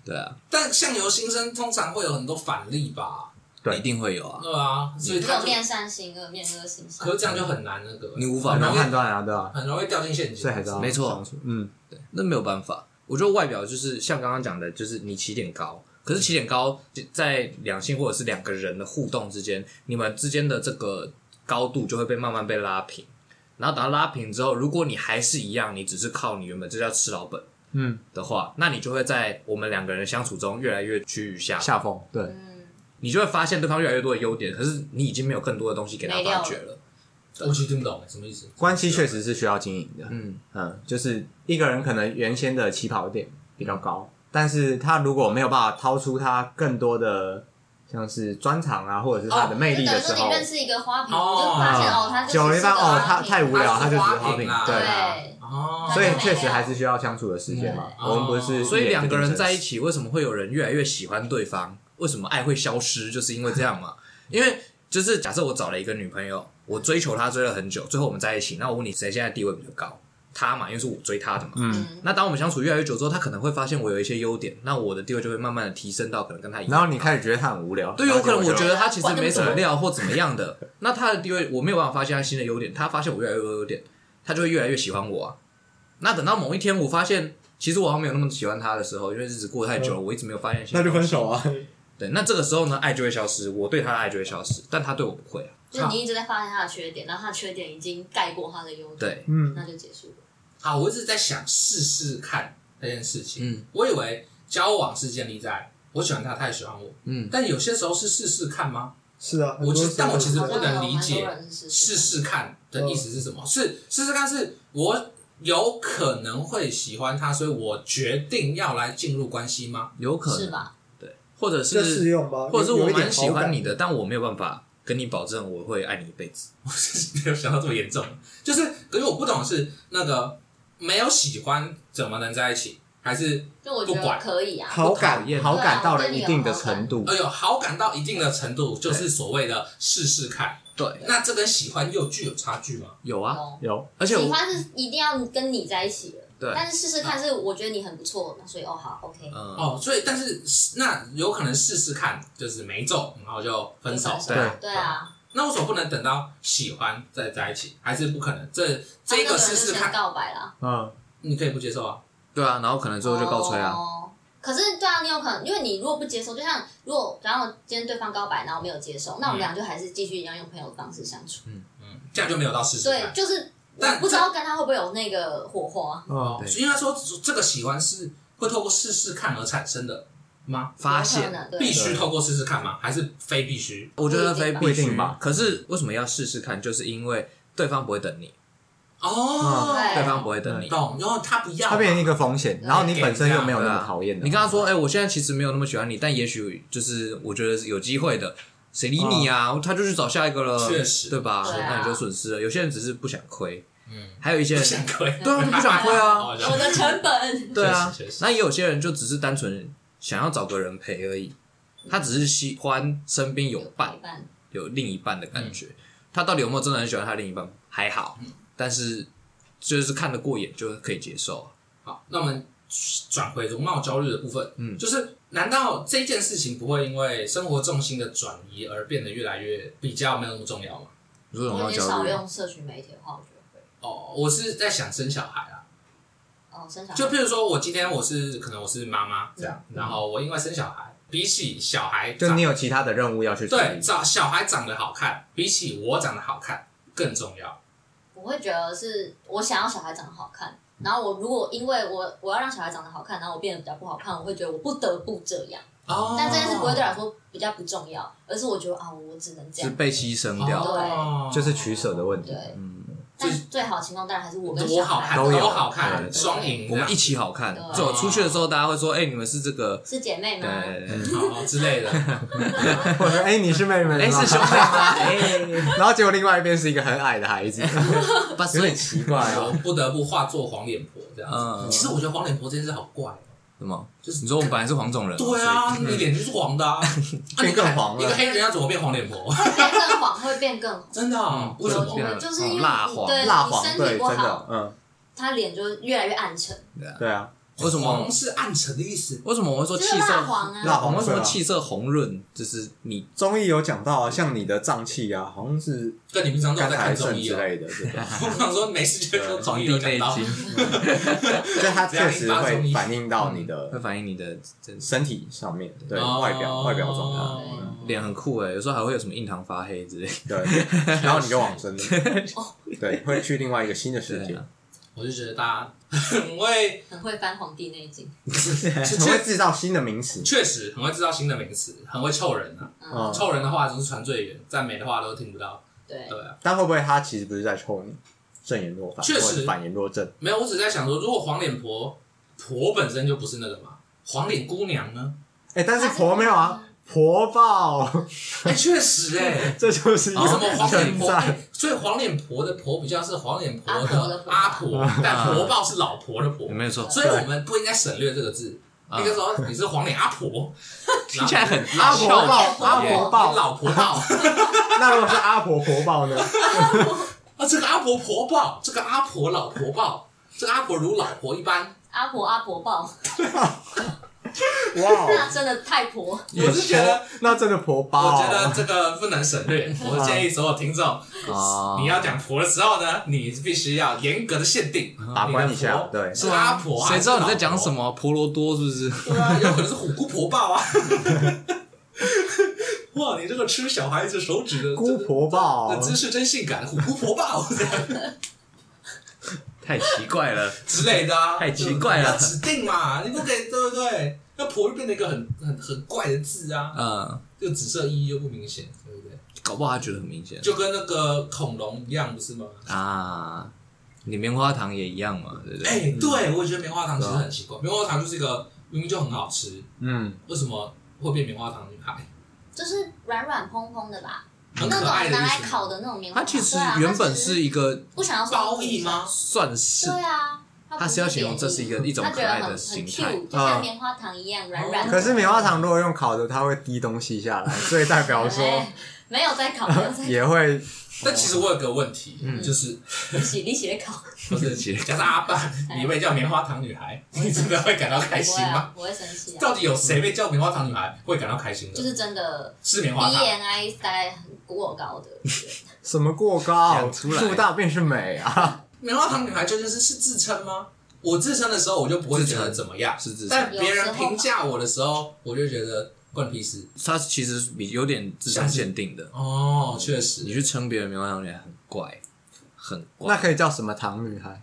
B: 对啊，
A: 但相由心生通常会有很多反例吧？
C: 对
B: 一定会有啊，
A: 对啊，所以
D: 只有
A: 他就
D: 面善心恶，面恶心善
A: 可。是这样就很难那个，
B: 你无法
A: 很
C: 很难
A: 容易
C: 判断啊，对吧？
A: 很容易掉进陷阱。
C: 所以还是要
B: 没错
C: 相处嗯，
B: 那没有办法。我觉得外表就是像刚刚讲的，就是你起点高，可是起点高在两性或者是两个人的互动之间，你们之间的这个高度就会被慢慢被拉平。然后等到拉平之后，如果你还是一样，你只是靠你原本这叫吃老本
C: 嗯，
B: 的话，那你就会在我们两个人相处中越来越趋于下
C: 下风对，
D: 嗯，
B: 你就会发现对方越来越多的优点，可是你已经没有更多的东西给他发掘了。
A: 我其实听不懂什么意思。
C: 关系确实是需要经营的。
B: 嗯，
C: 嗯，就是一个人可能原先的起跑点比较高，但是他如果没有办法掏出他更多的像是专长啊，或者是他的魅力
D: 哦就等
C: 的
D: 于
C: 时
D: 说
C: 候，
D: 你认识一个花瓶，
A: 哦
D: 你就发现哦，他就是
C: 久了一般
D: 这个花
C: 哦，
D: 瓶
C: 他太无聊，
A: 他
C: 他
A: 是
C: 就只
A: 花
C: 是花
A: 瓶
C: 瓶，
A: 啊
C: 对啊。
D: 对，
A: 哦，
C: 所以确实还是需要相处的时间嘛。
A: 嗯
C: 我们不是，
B: 哦所以两个人在一，起，为什么会有人越来越喜欢对方？为什么爱会消失？就是因为这样嘛。因为就是假设我找了一个女朋友，我追求她追了很久，最后我们在一起，那我问你谁现在地位比较高？她嘛，因为是我追她的嘛。
C: 嗯，
D: 嗯，
B: 那当我们相处越来越久之后，她可能会发现我有一些优点，那我的地位就会慢慢的提升到可能跟她一样。
C: 然后你开始觉得他很无聊，
B: 对，
C: 然
B: 有
C: 后
B: 可能我
C: 就
B: 觉得他其实没什么料或怎么样的， (laughs) 那他的地位我没有办法发现他新的优点，他发现我越来越多优点，他就会越来越喜欢我啊。那等到某一天我发现其实我好像没有那么喜欢他的时候，因为日子过得太久了，
D: 嗯
B: 我一直没有发现新的。
C: 手啊。
B: 对，那这个时候呢，爱就会消失，我对他的爱就会消失，但他对我不会啊。
D: 就是你一直在发现他的缺点，然后他的缺点已经盖过他的优点，，
B: 对，
C: 嗯，
D: 那就结束了。
A: 好，我一直在想试试看这件事情。
B: 嗯
A: 我以为交往是建立在我喜欢他，他也喜欢我，
B: 嗯，
A: 但有些时候是试试看吗？
E: 是啊，
A: 我其实
E: 很多时候
A: 但我其实
D: 好
A: 不
D: 像
A: 能
D: 有
A: 理
D: 蛮
A: 解
D: 多人
A: 试
D: 是试试
A: 试看的意思是
E: 嗯
A: 什么？是试试看，是我有可能会喜欢他，所以我决定要来进入关系吗？ (laughs)
B: 有可
D: 是
B: 能，
D: 吧？
B: 或者
E: 这适
B: 是
E: 用吧，
B: 或者是
E: 有
B: 我
E: 有一点
B: 蛮喜
E: 好
B: 欢
E: 感
B: 你的，但我没有办法跟你保证我会爱你一辈子。
A: 我是没有想到这么严重，就是可是我不懂的是那个没有喜欢怎么能在一起？还是
D: 就我觉
A: 不管
D: 得可以啊，
C: 好
B: 讨
C: 感
B: 厌
C: 好感到了一定的程度
A: 呃，有好感到一定的程度，就是所谓的试试看。
B: 对，
A: 那这跟喜欢又具有差距吗？
B: 有啊，
D: 哦
C: 有，
B: 而且
D: 喜
B: 我
D: 欢是一定要跟你在一起的，
B: 对，
D: 但是试试看是我觉得你很不错，那所以哦好，OK，
B: 嗯，
A: 哦，所以但是那有可能试试看，就是没中，然后就分手。
D: 对
B: 对
D: 对啊，
A: 那为什么不能等到喜欢再在一起？还是不可能？这
D: 他
A: 这
D: 那
A: 个
D: 人
A: 试试
D: 就先
A: 看，
D: 告白啦，
C: 嗯，
A: 你可以不接受啊？
B: 对啊，然后可能最后就告吹啊。
D: 哦可是对啊，你有可能，因为你如果不接受，就像如果然后今天对方告白，然后没有接受，那我们
B: 嗯
D: 俩就还是继续一样用朋友的方式相处。
A: 嗯，这样就没有到试试
D: 对，
A: 看。
D: 就是
A: 但
D: 我不知道跟他会不会有那个火花。
C: 哦，
B: 对
A: 应该说这个喜欢是会透过试试看而产生的吗？
B: 发
D: 有
B: 现
D: 可能对
A: 必须透过试试看吗？还是非必须？
B: 我觉得非
C: 不
B: 必
C: 一
B: 须
C: 定吧
B: 可是为什么要试试看？就是因为对方不会等你，
A: 哦，
D: 嗯对
B: 对方不会等你。
A: 懂，然后他不
C: (laughs)
A: 要嘛，
C: 它变成一个风险，然后你本身又没有
B: 对
C: 那
B: 啊
C: 么讨厌的，
B: 你跟他说：“哎、我现在其实没有那么喜欢你，但也许就是我觉得是有机会的。”谁理你啊？他就去找下一个了，
A: 确实
B: 对吧？
D: 对啊
B: 那你就损失了。有些人只是不想亏，
A: 嗯，
B: 还有一些
A: 不
B: 人
A: 想亏，
B: (laughs) 对啊，他不想亏啊，
A: (laughs) 哦
D: 我的成本，
B: 对啊
A: 确实确实。
B: 那也有些人就只是单纯想要找个人陪而已，他只是喜欢身 (laughs) 边有伴
D: 陪，伴
B: 有另一半的感
C: 嗯
B: 觉。他到底有没有真的很喜欢他另一半？还好，但是就是看得过眼就可以接受啊。
A: 好，那我们转回容貌焦虑的部分，
B: 嗯
A: 就是难道这件事情不会因为生活重心的转移而变得越来越比较没有那么重要吗？
B: 你说容
D: 我
B: 貌
D: 有点哦少
B: 焦虑，
D: 用社群媒体的话，我觉得会
A: 哦，我是在想生小孩啊，
D: 哦，生
C: 啊
D: 小孩
A: 就譬如说我今天我是可能我是妈妈这样，然后我因为生小孩，比起小孩
C: 嗯就
A: 长
C: 你有其他的任务要去处
A: 对
C: 理，
A: 长小孩长得好看，比起我长得好看更重要。
D: 我会觉得是我想要小孩长得好看，然后我如果因为我我要让小孩长得好看，然后我变得比较不好看，我会觉得我不得不这样。
A: 哦
D: 但这件事不会对我来说比较不重要，而是我觉得啊，我只能这
B: 是
D: 样。
B: 被牺牲掉。
A: 哦
C: 嗯就是取舍的问题
D: 对。
C: 嗯，
D: 但是最好的情况当然还是我跟
A: 多
D: 小
A: 好看，
D: 孩
C: 都有
A: 好看，
C: 对
A: 双赢这样，
B: 我们一起好看
D: 对，啊
B: 就我出去的时候，大家会说：“哎、你们是这个呃
D: 是姐妹
B: 对
D: 吗？
B: 对，对
A: 好哦之类的。
C: 或者说哎你是妹妹吗，
B: 哎、是兄
C: (laughs)
B: 妹吗？哎、
C: 然后结果另外一边是一个很矮的孩
D: (laughs)
C: 子，
B: 八
C: (laughs) 有点
B: 岁
C: 奇怪
A: 我
C: 哦。
A: 不得不化作黄脸婆这样子。
B: 嗯
A: 其实我觉得黄脸婆这件事好怪哦、
C: 嗯
B: 什么？
A: 就是
B: 你说我们本来是黄种人，
A: 对啊，
B: 所以
A: 你脸就是黄
C: (laughs)
A: 的啊，啊你
C: 变嗯更黄
A: 看
C: 了
A: 一个黑人要怎么变黄脸婆？ (laughs)
D: 会变更黄，会变更黄。
A: 真的、
C: 嗯
A: 啊， (laughs) 为什
B: 怎
D: 有我
B: 么变
A: 么？
B: 了
D: 们就是因为
B: 哦蜡黄
D: 对
C: 蜡
D: 你
C: 黄，
D: 身
C: 对，
D: 体不
C: 真
D: 好，
C: 的，嗯，
D: 他脸就越来越暗沉。
C: 对啊，
B: 为什么
A: 黄是暗沉的意思，
B: 为什么我会说
D: 就
B: 气
D: 是
B: 色
D: 蜡黄啊，
C: 蜡黄
B: 为什
C: 色
B: 么
C: 啊
B: 气色红润？就是你
C: 中医有讲到啊，像你的脏器啊，好像是
A: 跟你平常都有
C: 肝
A: 在
C: 癌
A: 看中
C: 肾
A: 医
C: 之
A: 哦。
C: 类的，对
A: (laughs) 我想说没事就说中
B: 皇
A: 医
B: 帝
A: 有讲
B: 内
A: 到，
B: 经
C: 就它确实会反映到你
B: 会
C: 的
B: 反映你的真是
C: 身体上面，对
A: 哦
C: 外表啊外表状态，
B: 脸很酷哎，有时候还会有什么印堂发黑之类的。
C: 对，然后你就往生了
D: 哦，
C: 对，会去另外一个新的世界
B: 对啊，
A: 我就觉得大家 (laughs) 很会，
D: 很会翻《黄帝内经
A: 确
C: 你会制造新的名词，
A: 确实很会制造新的名词，很会凑人啊。》
D: 嗯，
C: 嗯，
A: 凑人的话总是传最远，赞美的话都听不到。
D: 对，
A: 对啊，
C: 但会不会他其实不是在抽你正言若反，
A: 确实
C: 或者反言若正？
A: 没有，我只是在想说，如果黄脸婆婆本身就不是那个嘛，黄脸姑娘呢？
C: 哎，但是婆没有啊，婆爆，
A: 哎，确实
C: (laughs)
A: 哎。
C: 这就是一
A: 为什么
C: 个
A: 黄脸
C: 存
A: 婆？哎
C: 在。
A: 所以黄脸婆的婆比较是黄脸婆
D: 阿婆的
A: 的
D: 婆
A: 阿婆，但婆报是老婆的婆
B: 有。没有错？
A: 所以我们不应该省略这个字。
B: 啊
A: 应该说你是黄脸阿婆，
B: 听起来很
C: 阿婆
B: 翘
C: 爆，
B: 楚
C: 阿
B: 耶
C: 婆爆，
A: 老婆报。
C: 那如果是阿婆婆爆呢？
A: 啊，这个阿婆婆抱，这个阿婆老婆抱，这个阿婆如老婆一般。
D: 阿婆阿婆抱，
C: (laughs) 哇
D: 那
C: 哦，
D: 真的太婆。
A: 我是觉得，
C: 那真的婆爆，
A: 我觉得这个不能省略。我建议所有听众，
B: 啊
A: 你要讲婆的时候呢，你必须要严格的限定，
C: 啊把关一下
A: 你的婆
C: 对
A: 是阿婆，
B: 谁知道你在讲什？么？啊婆罗多是不是？
A: 对啊，有可能是虎姑婆抱啊。 (laughs) 哇，你这个吃小孩子手指的
C: 姑婆爆
A: 的，姿势真性感，虎姑婆抱
B: (laughs)
A: (laughs)
B: 太奇怪了，
A: 之类的啊，
B: 太奇怪了
A: 要指定嘛，你不给对不对？那婆就变成一个很很很怪的字啊，
B: (laughs) 嗯，
A: 这个紫色意义又不明显，对不对？
B: 搞不好他觉得很明显
A: 就跟那个恐龙一样，不是吗？
B: 啊。你棉花糖也一样嘛，对不
A: 哎、
B: 对？
A: 对，我也觉得棉花糖
C: 啊
A: 其实很奇怪，棉花糖就是一个明明就很好吃，
C: 嗯，
A: 为什么会变棉花糖女孩？
D: 就是软软蓬蓬的吧，
A: 很
D: 那
A: 可
D: 种
A: 爱的
D: 拿
A: 意
D: 来
A: 思
D: 烤的那种棉花
B: 它
D: 糖。
B: 其实
D: 对啊
B: 原本
D: 它只
B: 是一个
D: 不想要说
A: 褒义？吗？
B: 算是，
D: 对啊，
B: 它是要形容这是一个一
D: 一
B: 种可爱的形态。啊
D: 就像棉花糖一样软软的。
C: 可是棉花糖如果用烤的，它会滴东西下来，所以代表说
D: 哎没有在烤，没
C: (laughs)
D: 有在
C: 也会
A: 但其实我有个问题，
B: 嗯
A: 就是
D: 你洗你洗在烤，
B: (laughs)
A: 不是
B: 自己
A: 加上阿爸，
D: 嗯
A: 你被叫棉花糖女孩，你真的会感到开
D: 不
A: 心
D: 会
A: 吗？
D: 嗯啊，不会生气啊，
A: 到底有谁被叫棉花糖女孩会感到开心的？
D: 就是真的 E
A: 吃棉花糖。
D: BMI 大概很过高的，
C: 什么
A: (laughs)
C: 过 (laughs) 高，
B: 讲出来
C: 树大便是美啊。
A: 棉花糖女孩究竟是是自称吗？我自称的时候，我就不会觉得怎么样，
B: 自称是自称
A: 但别人评价我的时候，我就觉得关你屁事。
B: 它其实比有点智商限定的，
A: 哦，确
B: 你
A: 实，
B: 去称别人棉花糖也很怪，很
C: 那
B: 怪。
C: 可以叫什么糖女孩？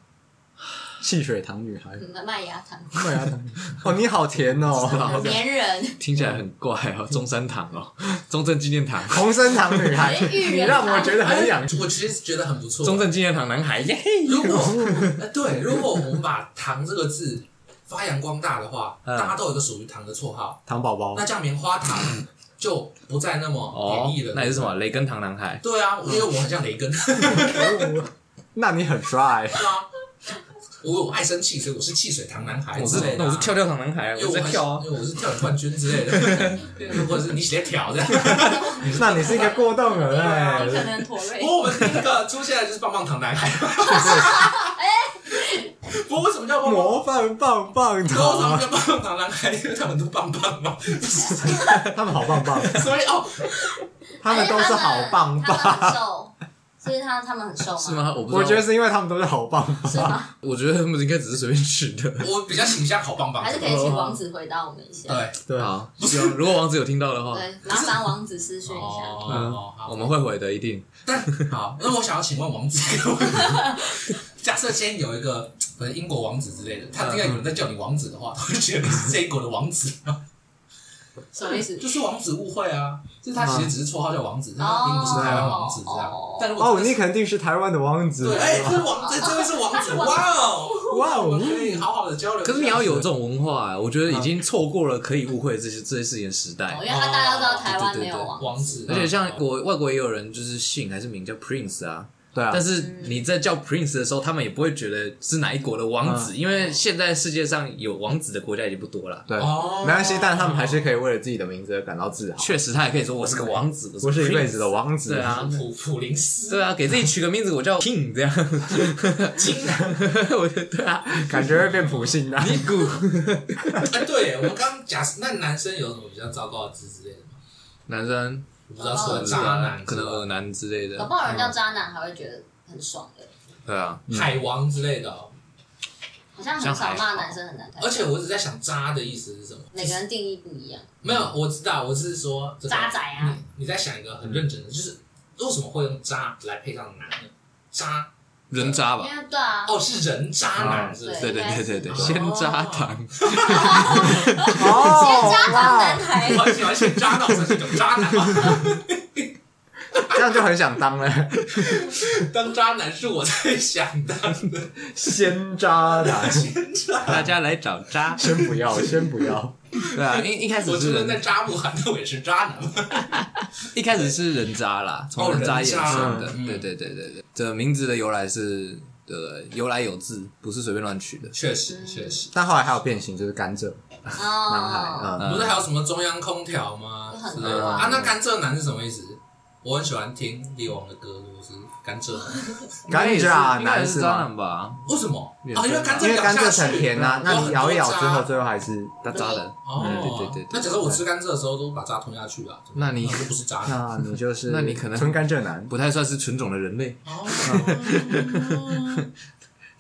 C: 汽水糖女孩，
D: 嗯麦芽
B: (laughs)
D: 糖，
C: 麦芽糖。哦，你好甜哦，
D: 很
C: (laughs)
D: 粘人，
B: 听起来很怪 (laughs) 哦，中山堂哦，中正纪念 (laughs) 堂，
C: 红参糖女孩，(laughs)
D: 芋
C: 你
D: 圆
C: 让
D: 糖
C: 我觉得很
A: 哎
C: 痒。
A: 我其实觉得很不错。
B: 中正纪念堂男孩耶嘿。
A: 如
B: (laughs)
A: 果哎对，如果我们把“糖”这个字发扬光大的话，
B: 嗯
A: 大家都有一个属于糖的绰号，
C: 糖宝宝
A: 那，这样棉花糖就不再那么
B: 哦
A: 便宜了。，
B: 那也是什？么？雷根糖男孩，
A: 对啊，因为我很像雷根，对
C: 那你很帅。
A: 啊，我我爱生气，所以我是汽水糖男孩
B: 我
A: 之
B: 是
A: 类的啊。
B: 那我是跳跳糖男孩，
A: 因为
B: 我
A: 我
B: 在
A: 很
B: 跳啊。
A: 因为我是跳冠军之类的，
B: (laughs)
A: 如果是你写挑的。
C: 那你是一个过动儿哎
D: 你，可能妥瑞
A: (laughs) 不。过我们第一个出现的就是棒棒糖男
B: (laughs)
A: 孩。不过为什么叫棒棒？
C: 模范棒棒
A: 不过为什么
C: 糖，
A: 叫棒棒糖男孩？因 (laughs) 为他们都棒棒嘛，
C: 他们好棒棒，
A: 所以哦，
C: 他们都是好棒
D: 哎他们很
C: 棒。
D: 瘦，所以他他们很瘦吗？
B: 是？吗？我不知道，
C: 我觉得是因为他们都是好棒棒。
D: 是吗？
B: 我觉得他们应该只是随便取的。 (laughs)
A: 我比较倾向好棒棒
D: 还。是可
B: 嗯
D: 以请王子回答我们一下。
A: 对，
C: 对，
B: 好，希望如果王子有听到的话，
D: 对，麻烦王子私讯一下。
A: 哦，
B: 我
A: 好，
B: 们会回的，一定。
A: 但好，那我想要请问王子， (laughs) 假设今天有一个可能英国王子之类的，他听到有人在叫你王子的话，他会觉得你是这一国的王
B: (laughs)
A: 子吗？
D: 什么意思？
A: 就是王子误会啊，就是他其实只是绰号叫王子，但他
D: 哦
A: 并不是台湾王子这样
D: 哦。
A: 但如果
C: 哦，
A: 真的
C: 你
A: 是
C: 肯定是台湾的王子
A: 对，。哎，这是王，这这位是王子，哇哦，
C: 哇
A: 我
C: 哦
A: 们！可以好好的交流。
B: 可是你要有这，种文化、啊，我觉得已经错过了可以误会这些这些事情的时代
D: 哦，因。为他大家都知道台湾没有王，
A: 王子，
D: 嗯
B: 而且像国外国也有人就是姓还是名叫 Prince 啊，
C: 对啊
B: 但，是你在叫 prince 的时候，他们也不会觉得是哪一国的王
D: 嗯
B: 子，因为现在世界上有王子的国家已经不多了。
C: 对，
A: 哦
C: 没关系，但他们还是可以为了自己的名字而感到自豪，
B: 确实，他也可以说我是个王子，
C: 不
B: 我
C: 是一
B: prince
C: 辈子的。王子。
B: 对啊，
A: 普普林斯
B: 对啊，给自己取个名字，我叫 king
D: (laughs)
B: 这样。king，我 (laughs)
D: 啊
B: 觉得对啊，
C: 感觉会变普信的。
B: 尼古
A: 哎，对耶，我们刚刚假设那男生有什么比较糟糕的字之类的吗？
B: 呃男生
A: 我不知道，除了哦渣男之外，
B: 可能耳男之类
D: 搞
B: 的嗯
D: 不，好人叫渣男还会觉得很爽的，
B: 对啊，
A: 海王之类的哦。
D: 好像很少骂男生很难看。
A: 而且我一直在想“渣”的意思是什么？
D: 每个人定义不一样，
A: 没有，我知道，我是说这个
D: 渣仔啊
A: 你你在想一个很认真的，就是为什么会用“渣”来配上“男”呢？渣
B: 人渣吧。
D: 因为对啊，
A: 哦，是人渣男，
C: 哦
A: 是不是？
B: 对对对对对，鲜渣糖，
C: 哦，
D: 渣男男
C: 哇，
D: 孩
A: 我很喜欢先渣到才是种渣男嘛，
C: (laughs) 这样就很想当了，
A: 当渣男是我在想 (laughs) 当的，
C: 先渣男，
B: 大家来找渣。
C: 先不 (laughs) 要，先不要。
B: 对啊，一一开
A: 我
B: 始
A: 除
B: 是
A: 了在
B: 人，
A: 渣不含，那我也是渣男嘛。
B: 一开始是人渣啦，从哦人渣衍啊嗯生的
A: 哦人。渣
B: 对对对对对，这名字的由来是，呃，由来有字，不是随便乱取的。
A: 确实，确实，
C: 但后来还有变形，就是甘蔗男孩
D: 哦，
C: 啊，
B: 嗯
A: 不是还有什么中央空调吗？
D: 有很
A: 是
D: 多
A: 吧
D: 啊
A: 啊，那甘蔗男是什么意思？我很喜欢听力王的歌，就是甘蔗男。
C: 甘
B: 应
C: 蔗
B: 该
C: 男
B: 也是
C: 是
B: 渣
C: 吗？
B: 男吧？
A: (laughs) 为什么？
B: 免
A: 啊，
B: 费
A: 因为甘
C: 因
A: 蔗
C: 为
A: 咬
C: 甘
A: 下
C: 蔗
A: 去
C: 很甜呐，那你咬一咬之后，最后还是
B: 他渣的，
A: 哦，
B: 嗯对对对对嗯
A: 那假设我吃甘蔗的时候都把渣吞下去了，怎么
B: 那你
A: 就不是渣男
C: 那啊你就是
B: 那你可能
C: 纯甘蔗男，
B: 不太算是纯种的人类，
A: 哦。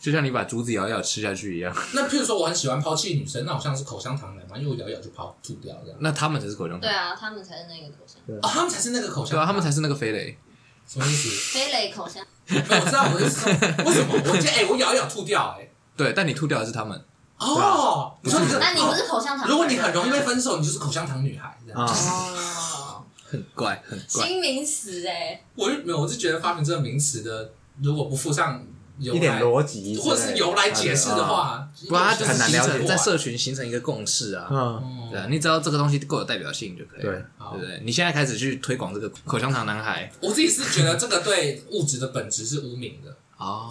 B: 就像你把竹子咬一咬吃下去一样。
A: 那譬如说我很喜欢抛弃女生，那我像是口香糖男嘛，因为我咬一咬就抛吐掉这样。
B: 那他们才是口香
D: 对
B: 糖，
D: 啊，他们才是那个口香，
A: 哦，他们才是那个口香
B: 对
A: 糖，
B: 啊，他们才是那个飞雷。
A: 什么意思？
D: 飞雷口香，
A: 没有我知道，我的意思是说为什么？我今天哎，我咬一咬吐掉哎。
B: 对，但你吐掉的是他们。
A: 哦，你说你
D: 那你不是口香糖？啊
A: 如果你很容易被分手，你就是口香糖女孩这样。
C: 啊，
D: 哦，
B: 很怪，很怪。
D: 新名词哎，
A: 我就没有，我是觉得发明这个名词的，如果不附上由
C: 一点啊
A: 来，
C: 逻辑之类的，
A: 或者是由来解释的话，
B: 不然它就是
C: 很难了解
B: 形成在社群形成一个共识啊。
C: 嗯，
A: 哦
B: 对啊，你只要这个东西够有代表性就可以了，
A: 对
B: 对不对？你现在开始去推广这个口香糖男孩
A: 我自己是觉得这个对物质的本质是无名的，
C: 啊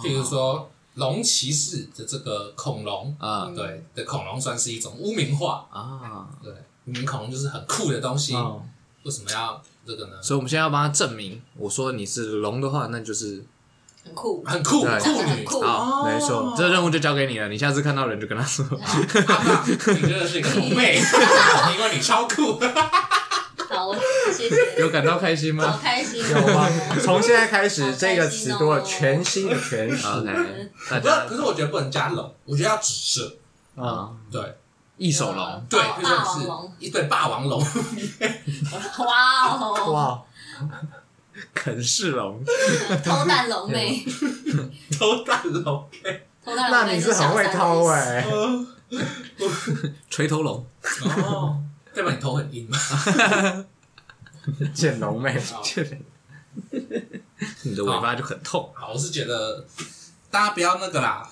B: 哦
A: 譬如说龙骑士的这个恐龙，
B: 啊
A: 对的恐龙算是一种污名化，
B: 啊，
A: 对，污名恐龙就是很酷的东西，
C: 哦
A: 为什么要这个呢？
B: 所以我们现在要帮他证明，我说你是龙的话，那就是
D: 很酷，
A: 很酷，
C: 对
A: 酷
D: 很
A: 女，
D: 酷
A: 哦
B: 好
C: 啊没错
B: 这任务就交给你了，你下次看到人就跟他
A: (laughs)
B: 说，
A: 阿爸，你真的是一个龙妹， (laughs)
C: (laughs)
A: 因为你超酷。
D: 好，谢谢，
B: 有感到开心
A: (laughs)
D: 好
B: 吗
D: 开心
C: 有吗
D: 哦，？
C: 从现在开始，这个词多了全新的诠
A: 哦
C: 释
B: ？OK，大
A: 不是，
B: 家
A: (laughs) 可是我觉得不能加龙，我觉得要指涉，
C: 啊，
A: 对
B: 一手龙，
A: 对，
D: 哦
A: 譬
D: 霸
A: 如说
D: 王
A: 是
D: 龙
A: 一对霸王龙， (laughs)
D: 哇哦，
C: 哇，
B: 啃噬龙，
D: 偷蛋龙妹，
A: 偷蛋龙，
D: 偷蛋龙
C: 那
D: 妹，
C: 你是很会偷哎，
B: 锤头龙，
A: 哦，代表你头很硬嘛。 (laughs)
C: 捡龙妹，
A: 好
B: 你的尾巴就很痛。
A: 好，我是觉得大家不要那个啦，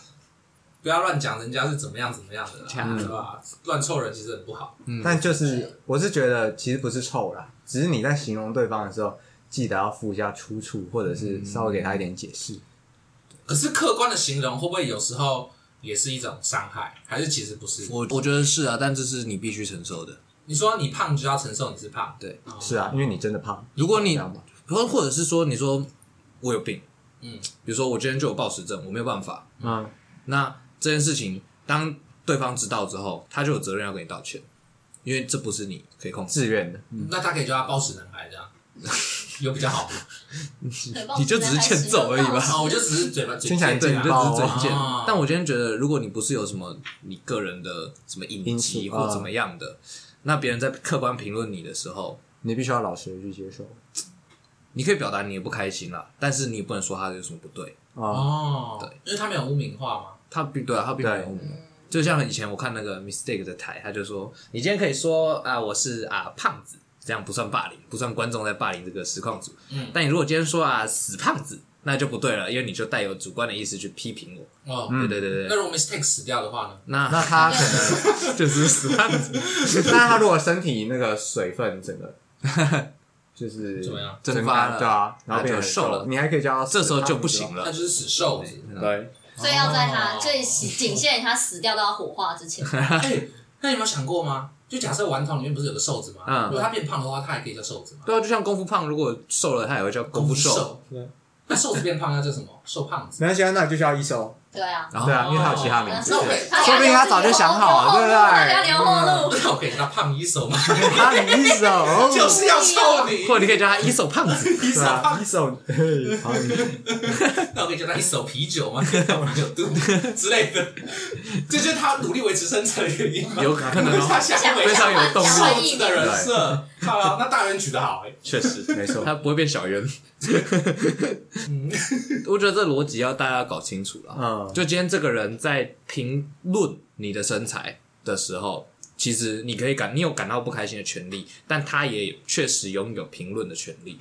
A: 不要乱讲人家是怎么样怎么样的啦，
B: 嗯
A: 对吧？乱凑人其实很不好。
C: 但就是我是觉得其实不是臭啦，只是你在形容对方的时候，记得要附一下出处，或者是稍微给他一点解释。
A: 可是客观的形容会不会有时候也是一种伤害？还是其实不是？
B: 我我觉得是啊，但这是你必须承受的。
A: 你说你胖就要承受你是胖，
B: 对，
A: 哦
C: 是啊，因为你真的胖，
B: 如果你
C: 这样吧
B: 或或者是说，你说我有病，
A: 嗯，
B: 比如说我今天就有暴食症，我没有办法。
C: 嗯，
B: 那这件事情，当对方知道之后，他就有责任要跟你道歉，因为这不是你可以控制。
C: 自愿的，
A: 那他可以叫他暴食男孩这样， (laughs) 有比较好吗。
D: 对
B: 你就只是欠揍而已吧
A: 哦，我就只是嘴巴嘴
C: 听起来
A: 贱这
B: 对，
C: 很
B: 你
A: 样
B: 就只是嘴贱
A: 哦。
B: 但我今天觉得，如果你不是有什么你个人的什么隐
C: 因素
B: 疾
C: 啊
B: 或怎么样的，那别人在客观评论你的时候，
C: 你必须要老实的去接受
B: 你可以表达你的不开心啦，但是你也不能说他有什么不对。
C: 啊。
A: 哦，对，因为他没有污名化嘛。
B: 他并对啊，他并没有
C: 对
B: 污名。就像以前我看那个 Mistake 的台，他就说，你今天可以说啊，我是啊胖子，这样不算霸凌，不算观众在霸凌这个实况组。
A: 嗯
B: 但你如果今天说啊死胖子，那就不对了，因为你就带有主观的意思去批评我。
A: 哦，
B: 对对对
A: 那
B: 对，
A: 如果 mistake 死掉的话呢？
B: 那
C: 那他可
B: (laughs)
C: 能
B: 就是死胖子。 (laughs)
C: 那他如果身体那个水分整个就是
A: 怎么样
C: 增
B: 蒸发了
C: 对啊，然后变得
B: 那就
C: 很
B: 瘦了
C: 你还可以叫他
B: 这时候就不
C: 死胖
B: 行
C: 子
A: 他
B: 了
A: 就。是死瘦子。
C: 哦。对，
D: 所以要在他
A: 哦
D: 最死仅限于他死掉到火化之
C: (laughs)
D: 前，
A: 哎，那你有没有想过吗？就假设顽童里面不是有个瘦子吗？
B: 嗯
A: 如果他变胖的话，他也可以叫瘦子吗？
B: 对啊，就像功夫胖，如果瘦了，他也会叫功夫瘦。
A: 瘦
C: 对，
A: 那瘦子变胖要叫什么？瘦胖
B: (laughs)
A: 子。
C: 没关系啊，那你就叫一收，
D: 对啊。
B: 然后
C: 对啊，因为他有其他名字，
D: 哦
A: 那我可以
C: 说不定他早就想好了对不对
D: 他留
C: 啊
D: 后路，
A: 那我可以叫他胖一手吗？
C: 他一手
A: 就是要瘦你，
B: 哦 (laughs) 或者你可以叫他一手胖子，
A: 一手
C: (laughs) 对啊
A: 胖
C: 一手，嘿好
A: 那我可以叫他一手啤酒吗？ (laughs) 啤酒肚之类的，这就是他努力维持身材的原因吗？
B: 有可能
A: 他
B: 哦。
A: 想要维
B: 非
A: 持
B: 常有动力
A: 瘦子的人设。好了，那大人举得好
B: (laughs)
A: 哎，
B: 确实，
C: 没错
B: 他不会变小圆。我觉得这逻辑要大家搞清楚了。
C: 嗯，
B: 就今天这个人在评论你的身材的时候，其实你可以感，你有感到不开心的权利，但他也确实拥有评论的权利。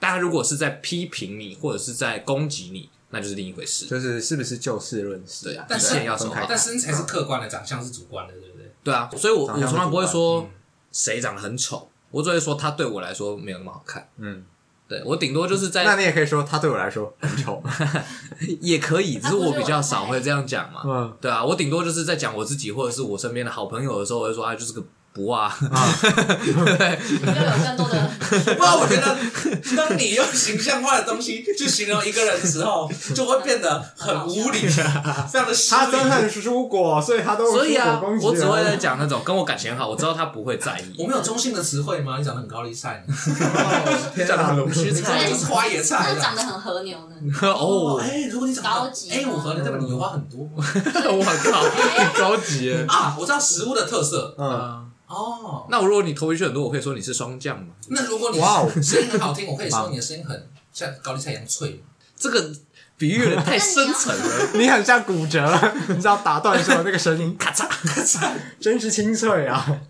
B: 但他如果是在批评你或者是在攻击你，那就是另一回事。
C: 就是是不是就事论事啊？
A: 但
B: 一
A: 是
B: 线要
C: 分
B: 走
C: 开
B: 好
A: 但身材是客观的，长相是主观的，对不对？
B: 对啊，所以我
C: 长
B: 我
C: 相是
B: 从来不会
C: 主观
B: 说谁长得很丑，我只会说他对我来说没有那么好看。
C: 嗯，
B: 对我顶多就是
C: 那
B: 在
C: 你也可以说他对我
B: (laughs)
C: 来说很丑，
B: 也可以，只是我比较少
D: 他不是我的菜
B: 会这样讲嘛。
C: 嗯
B: 对啊，我顶多就是在讲我自己或者是我身边的好朋友的时候，我就说啊，就是个不啊，
D: 就有更多的
A: (laughs) 不然我觉得，当你用形象化的东西去形容一个人的时候，就会变得很无
C: (laughs)
A: 理，非常的失
C: 他憎
A: 礼。
C: 恨蔬果，所以他都用
B: 所以
C: 蔬
B: 啊
C: 果攻，
B: (laughs)
C: 击
B: 我只会在
C: 人
B: 讲那种跟我感情很好，我知道他不会在
A: 我
B: 意。
A: (laughs) 们有中性的词汇吗？你长得很高丽菜，
C: (laughs) 哦天
B: 讲
C: 啊，
B: 得很虚
A: 你
B: 假
A: 长得就是花椰菜
D: 那
A: 啦
D: 长。得很和牛呢。
A: 哦，(laughs)
B: (laughs) 哦，
A: 哎，如果你长得
D: 高级
A: 哎，我和你代表你油花很多吗
B: 我靠，着急
A: (laughs)
B: 耶！啊
A: 啊，我知道食物的特色
C: 嗯，
A: 哦。
B: 那我如果你头皮屑很多，我可以说你是霜降嘛？
A: 那如果你
C: 哇哦
A: 声音很好听，我可以说你的声音很像高丽菜一样脆吗。
B: 这个比喻有点太深层了，
C: (laughs) 你很像骨折，你知道打断的时候那个声音，
B: 咔嚓咔嚓。
C: (laughs) 真是清脆啊！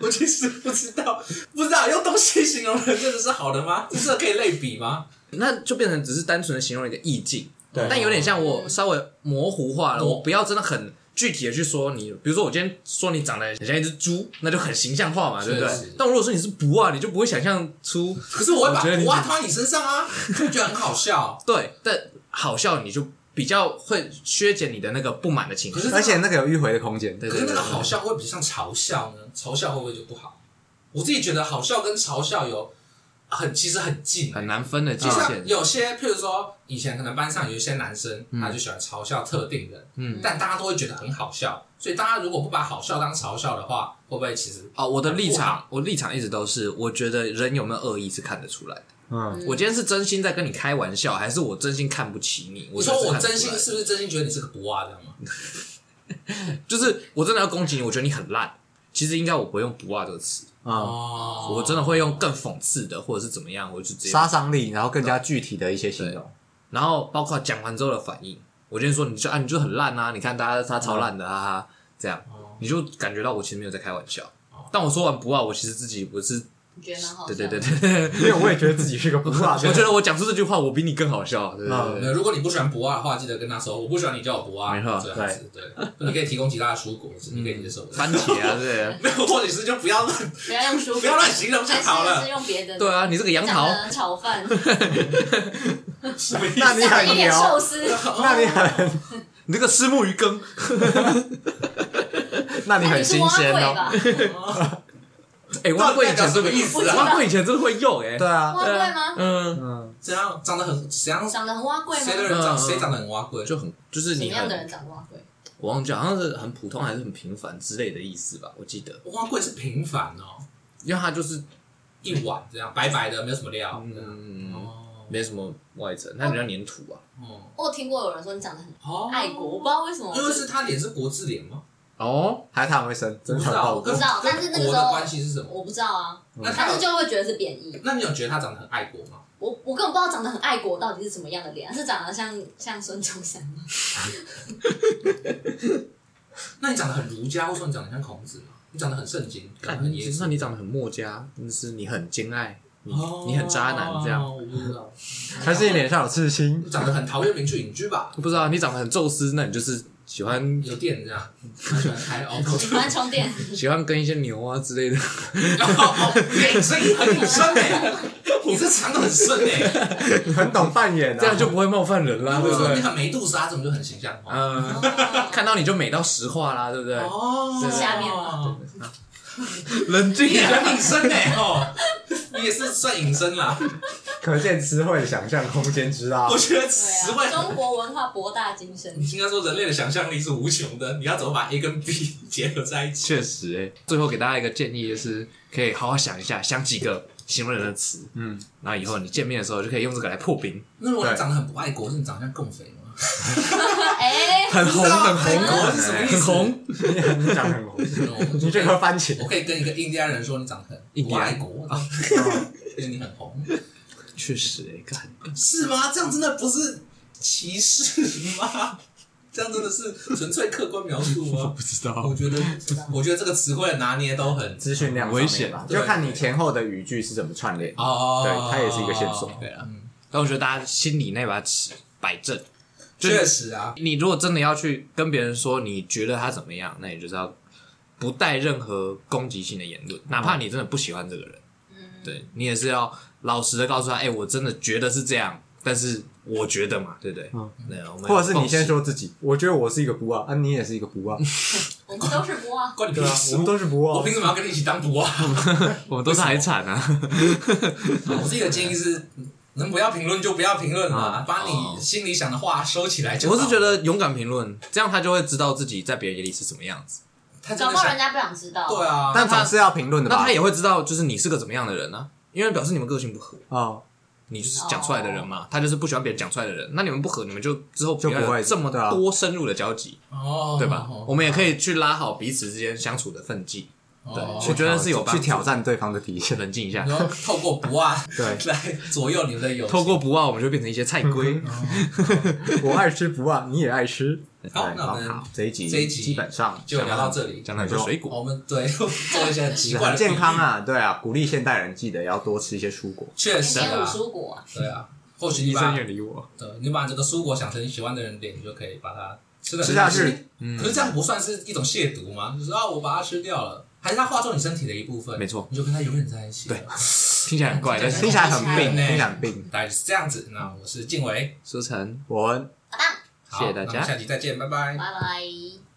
A: 我其实不知道，不知道用东西形容人真的是好的吗？这是可以类比吗？
B: 那就变成只是单纯的形容一个意境，
C: 对
B: 但有点像我稍微模糊化了，
A: 模
B: 我不要真的很具体的去说你，比如说我今天说你长得很像一只猪，那就很形象化嘛，对不对
A: 确实？
B: 但我如果说你是不啊，你就不会想象出
A: 可是我会把
B: 我觉得你
A: 娃套在你身上
B: (laughs)
A: 啊，就觉得很好笑。
B: 对，但好笑你就比较会削减你的那个不满的情
A: 可
B: 绪
A: 是，
C: 而且那个有迂回的空间，
B: 对
A: 可
B: 对
A: 是
B: 对
A: 那个
B: 对对
A: 好笑会比较像嘲笑呢？嘲笑会不会就不好？我自己觉得好笑跟嘲笑有很其实很近，
B: 很难分的界
A: 就
B: 限
A: 像。有些，譬如说以前可能班上有一些男生，他就喜欢嘲笑特定人，
B: 嗯，
A: 但大家都会觉得很好笑，所以大家如果不把好笑当嘲笑的话，会不会其实
B: 哦，我的立场，我立场一直都是，我觉得人有没有恶意是看得出来的。
C: 嗯，
B: 我今天是真心在跟你开玩笑，还是我真心看不起你？
A: 你
B: 觉得
A: 说
B: 是
A: 我
B: 看得出
A: 真心
B: 来的
A: 是不是真心觉得你是个不啊这样吗？
B: 就是我真的要攻击你，我觉得你很烂。其实应该我不会用“不啊”这个词，
C: 啊，
A: 哦
B: 我真的会用更讽刺的，或者是怎么样，我就直接。
C: 杀伤力，然后更加具体的一些形容，
B: 然后包括讲完之后的反应，我今天说你就啊，你就很烂啊，你看大家他超烂的，哈哈，这样
A: 哦
B: 你就感觉到我其实没有在开玩笑
A: 哦。
B: 但我说完“不啊”，我其实自己我是
D: 你觉得蛮好笑
B: 对
D: 的。
B: 对对对，
A: 哦
C: 因为我也觉得自己是个不辣
B: 我觉得我讲出这句话，我比你更好笑，对对
A: 没
B: 对。
A: 有如果你不喜欢不啊的话，记得跟他说，我不喜欢你叫我不啊，
B: 没错
A: 这样子对，你可以提供其他的蔬果，你可以接受的。
B: 番茄啊，对
A: 没有，或者是就不要乱，
D: 不要用舒服，
A: 不要乱形容就好
D: 还是是
A: 了。
D: 用别的。
B: 对啊，你这个杨
D: 讲
B: 桃，
D: 的炒
C: (laughs)
D: 饭，
B: (laughs)
A: 什么意思
C: 那你
D: 讲
C: 很
D: 一点
C: 牛
D: 寿，司，
C: 那你
B: 哦
C: 很，
B: 你这个虱目鱼羹，
C: 那你很
D: 是
C: 新
D: 蛙
C: 鲜
D: 鬼
C: 哦，
D: 吧？
B: 哎，蛙贵以前
A: 到底代表什
B: 真的
A: 么意思啊
B: 蛙贵以前真的会用哎，
C: 对 (laughs) 啊，
D: 蛙贵吗？
B: 嗯，
C: 嗯，
A: 怎样长得很怎样？
D: 长得很蛙贵吗？
A: 谁的
D: 什
A: 人长
B: 嗯嗯
A: 谁长得很蛙贵？
B: 就很就是
D: 么
B: 你
D: 样的人
B: 很，
D: 长得蛙贵？
B: 我忘记好像是很普通还是很平凡之类的意思吧，我记得，
A: 蛙贵是平凡哦，
B: 因为它就是
A: 一碗这样白白的，没有什么料。这样
B: 嗯
A: 哦
B: 没什么外层，它比较粘土啊。
A: 哦
D: 我有听过有人说你长得很
A: 哦，
D: 爱国，我不知道为什么，
A: 因为是他脸是国字脸吗？
B: 哦，
C: 还他很会生，真
A: 不知
C: 的很
A: 道，
C: 好
A: 我
C: 过
A: 跟
D: 不知道但是那个时候
A: 国的关系是什么？
D: 我不知道啊，
B: 嗯
A: 那他
D: 但是
A: 有，
D: 就会觉得是贬义。
A: 那你有觉得他长得很爱国吗？
D: 我我根本不知道长得很爱国到底是什么样的脸，是长得像像孙中山
A: (laughs)
D: 吗？
A: 那你长得很儒家，或者说你长得像孔子吗？你长得很圣经，长得
B: 看
A: 很
B: 你
A: 耶
B: 其实
A: 稣，
B: 你长得很墨家，但是你很兼爱，你
A: 哦
B: 你很渣男这样。
A: 我不知道，
C: 还是你脸上有刺青
A: 你，长得很陶渊明去隐居吧？
B: 我不知道你长得很宙斯，那你就是喜欢
A: 有电这样，他喜欢开 auto，
D: 喜欢充
A: (laughs)
D: 电，
B: 喜欢跟一些牛啊之 (laughs) 类的，
A: 哦，你声音很深哎，你这藏的很深哎，
C: 很懂扮演啊，
B: 这样就不会冒犯人啦，对不
A: 说你
B: 对？
A: 很梅杜莎，这种就很形象化。
B: 嗯，
D: 哦
B: 看到你就美到石化啦，对不对？
A: 哦
D: 是下面
A: 吗
D: 吗？
B: 冷静
A: 你也很隐身哎哦，你也是算隐身啦。
C: 可见词汇想象空间之
B: (laughs)
C: 大
A: 我。觉得实惠
D: 对啊，中国文化博大精深，
A: 应该说人类的想象力是无穷的，你要怎么把 A 跟 B 结合在一起？
B: 确实、欸，最后给大家一个建议，就是可以好好想一下，想几个形容人的词，
C: 嗯，
B: 然后以后你见面的时候就可以用这个来破冰，
A: 那如果你长得很不爱国，是你长得像共匪吗？
D: 哎，
B: 很红，
A: 不知道
B: (laughs) 很
A: 爱
B: 红，
A: 国是什么意思？
B: 很红。
C: 你很讲很红，你这颗番茄
A: 我可以跟一个印第安人说你长得很不爱国啊， (laughs) 因为你很红，
B: 确实、欸，干
A: 是吗？这样真的不是歧视吗？这样真的是纯粹客观描述吗？
B: 不知道
A: 我觉得，我觉得这个词汇的拿捏都很
C: 资讯量
B: 危险
C: 吧，
A: 对
C: 就看你前后的语句是怎么串联。
A: 哦，
C: 对它也是一个线索
B: 对啊
A: 嗯。
B: 但我觉得大家心里那把尺摆正，就
A: 确
B: 是
A: 实啊，
B: 你如果真的要去跟别人说你觉得他怎么样，那你就是要不带任何攻击性的言
C: 嗯
B: 论，哪怕你真的不喜欢这个人，
D: 嗯
B: 对你也是要老实的告诉他，哎、我真的觉得是这样，但是我觉得嘛，对不对？
C: 嗯
B: 对，我们
C: 或者是你
B: 共识
C: 先，说自己，我觉得我是一个不二，啊，你也是一个不二，
D: 我们都是博啊，
A: 关你屁
C: (laughs) 对啊，
A: 事
C: 我 (laughs) 们。都是不
A: 我
C: 二
A: 凭。什么要跟你一起当博啊？
B: 我们都是海产
C: (laughs)
B: 啊，
A: 我自己的建议是，能不要评论就不要评论啦，把你心里想的话收起来就好。
B: 我是觉得勇敢评论，这样他就会知道自己在别人眼里是什么样子，
A: 他 (laughs) 真的
D: 搞不好
A: 想，
D: 人家不想知道，
A: 对啊，
C: 但总是要评论的
B: 那
C: 吧
B: 他？也会知道就是你是个怎么样的人啊，因为表示你们个性不合，
C: 哦，
B: 你就是讲出来的人嘛，他就是不喜欢别人讲出来的人，那你们不合，你们就之后
C: 就不
B: 要有
C: 会
B: 这么
C: 对啊
B: 多深入的交集，
A: 哦，
B: 对吧？
A: 哦
B: 我们也可以去拉好彼此之间相处的分际，对
A: 哦
B: 我觉得是有帮助
C: 去挑战对方的底线。
B: 冷静一下
A: 然，后
B: (laughs)
A: 透过不啊
C: 对
A: (laughs) 来左右你们的友情。
B: 透过不傲，我们就变成一些菜龟。
C: 我爱吃不二，你也爱吃。
A: 好
C: 对
A: 那我们
C: 好这一集
A: 这一集
C: 基本上
A: 就聊到这里，
B: 讲了很多水果，
A: 我们对 (laughs) 做一些很奇怪
C: 很
A: 的
C: 健康啊，对啊，鼓励现代人记得要多吃一些蔬果。
A: 比喻，确
D: 天
A: 实
D: 天五
A: 啊，
D: 蔬果啊，
A: 对啊，或许你把
B: 离我。
A: 对，你把这个蔬果想成你喜欢的人脸，你就可以把它吃的
C: 吃下去。
B: 嗯
A: 可是这样不算是一种亵渎吗？就是啊，我把它吃掉了，还是它化作你身体的一部分？
B: 没错，
A: 你就跟它永远在一起。对，
B: 听起来很怪，但是
C: 听起来很
A: 很
C: 病，
A: 累
C: 听起来很病。
A: 大概是这样子。那我是静伟，
B: 说成
C: 我
A: 好
B: 谢谢
D: 好的，
B: 大
A: 那我
B: 家
A: 们下期再见，拜拜。
D: 拜拜。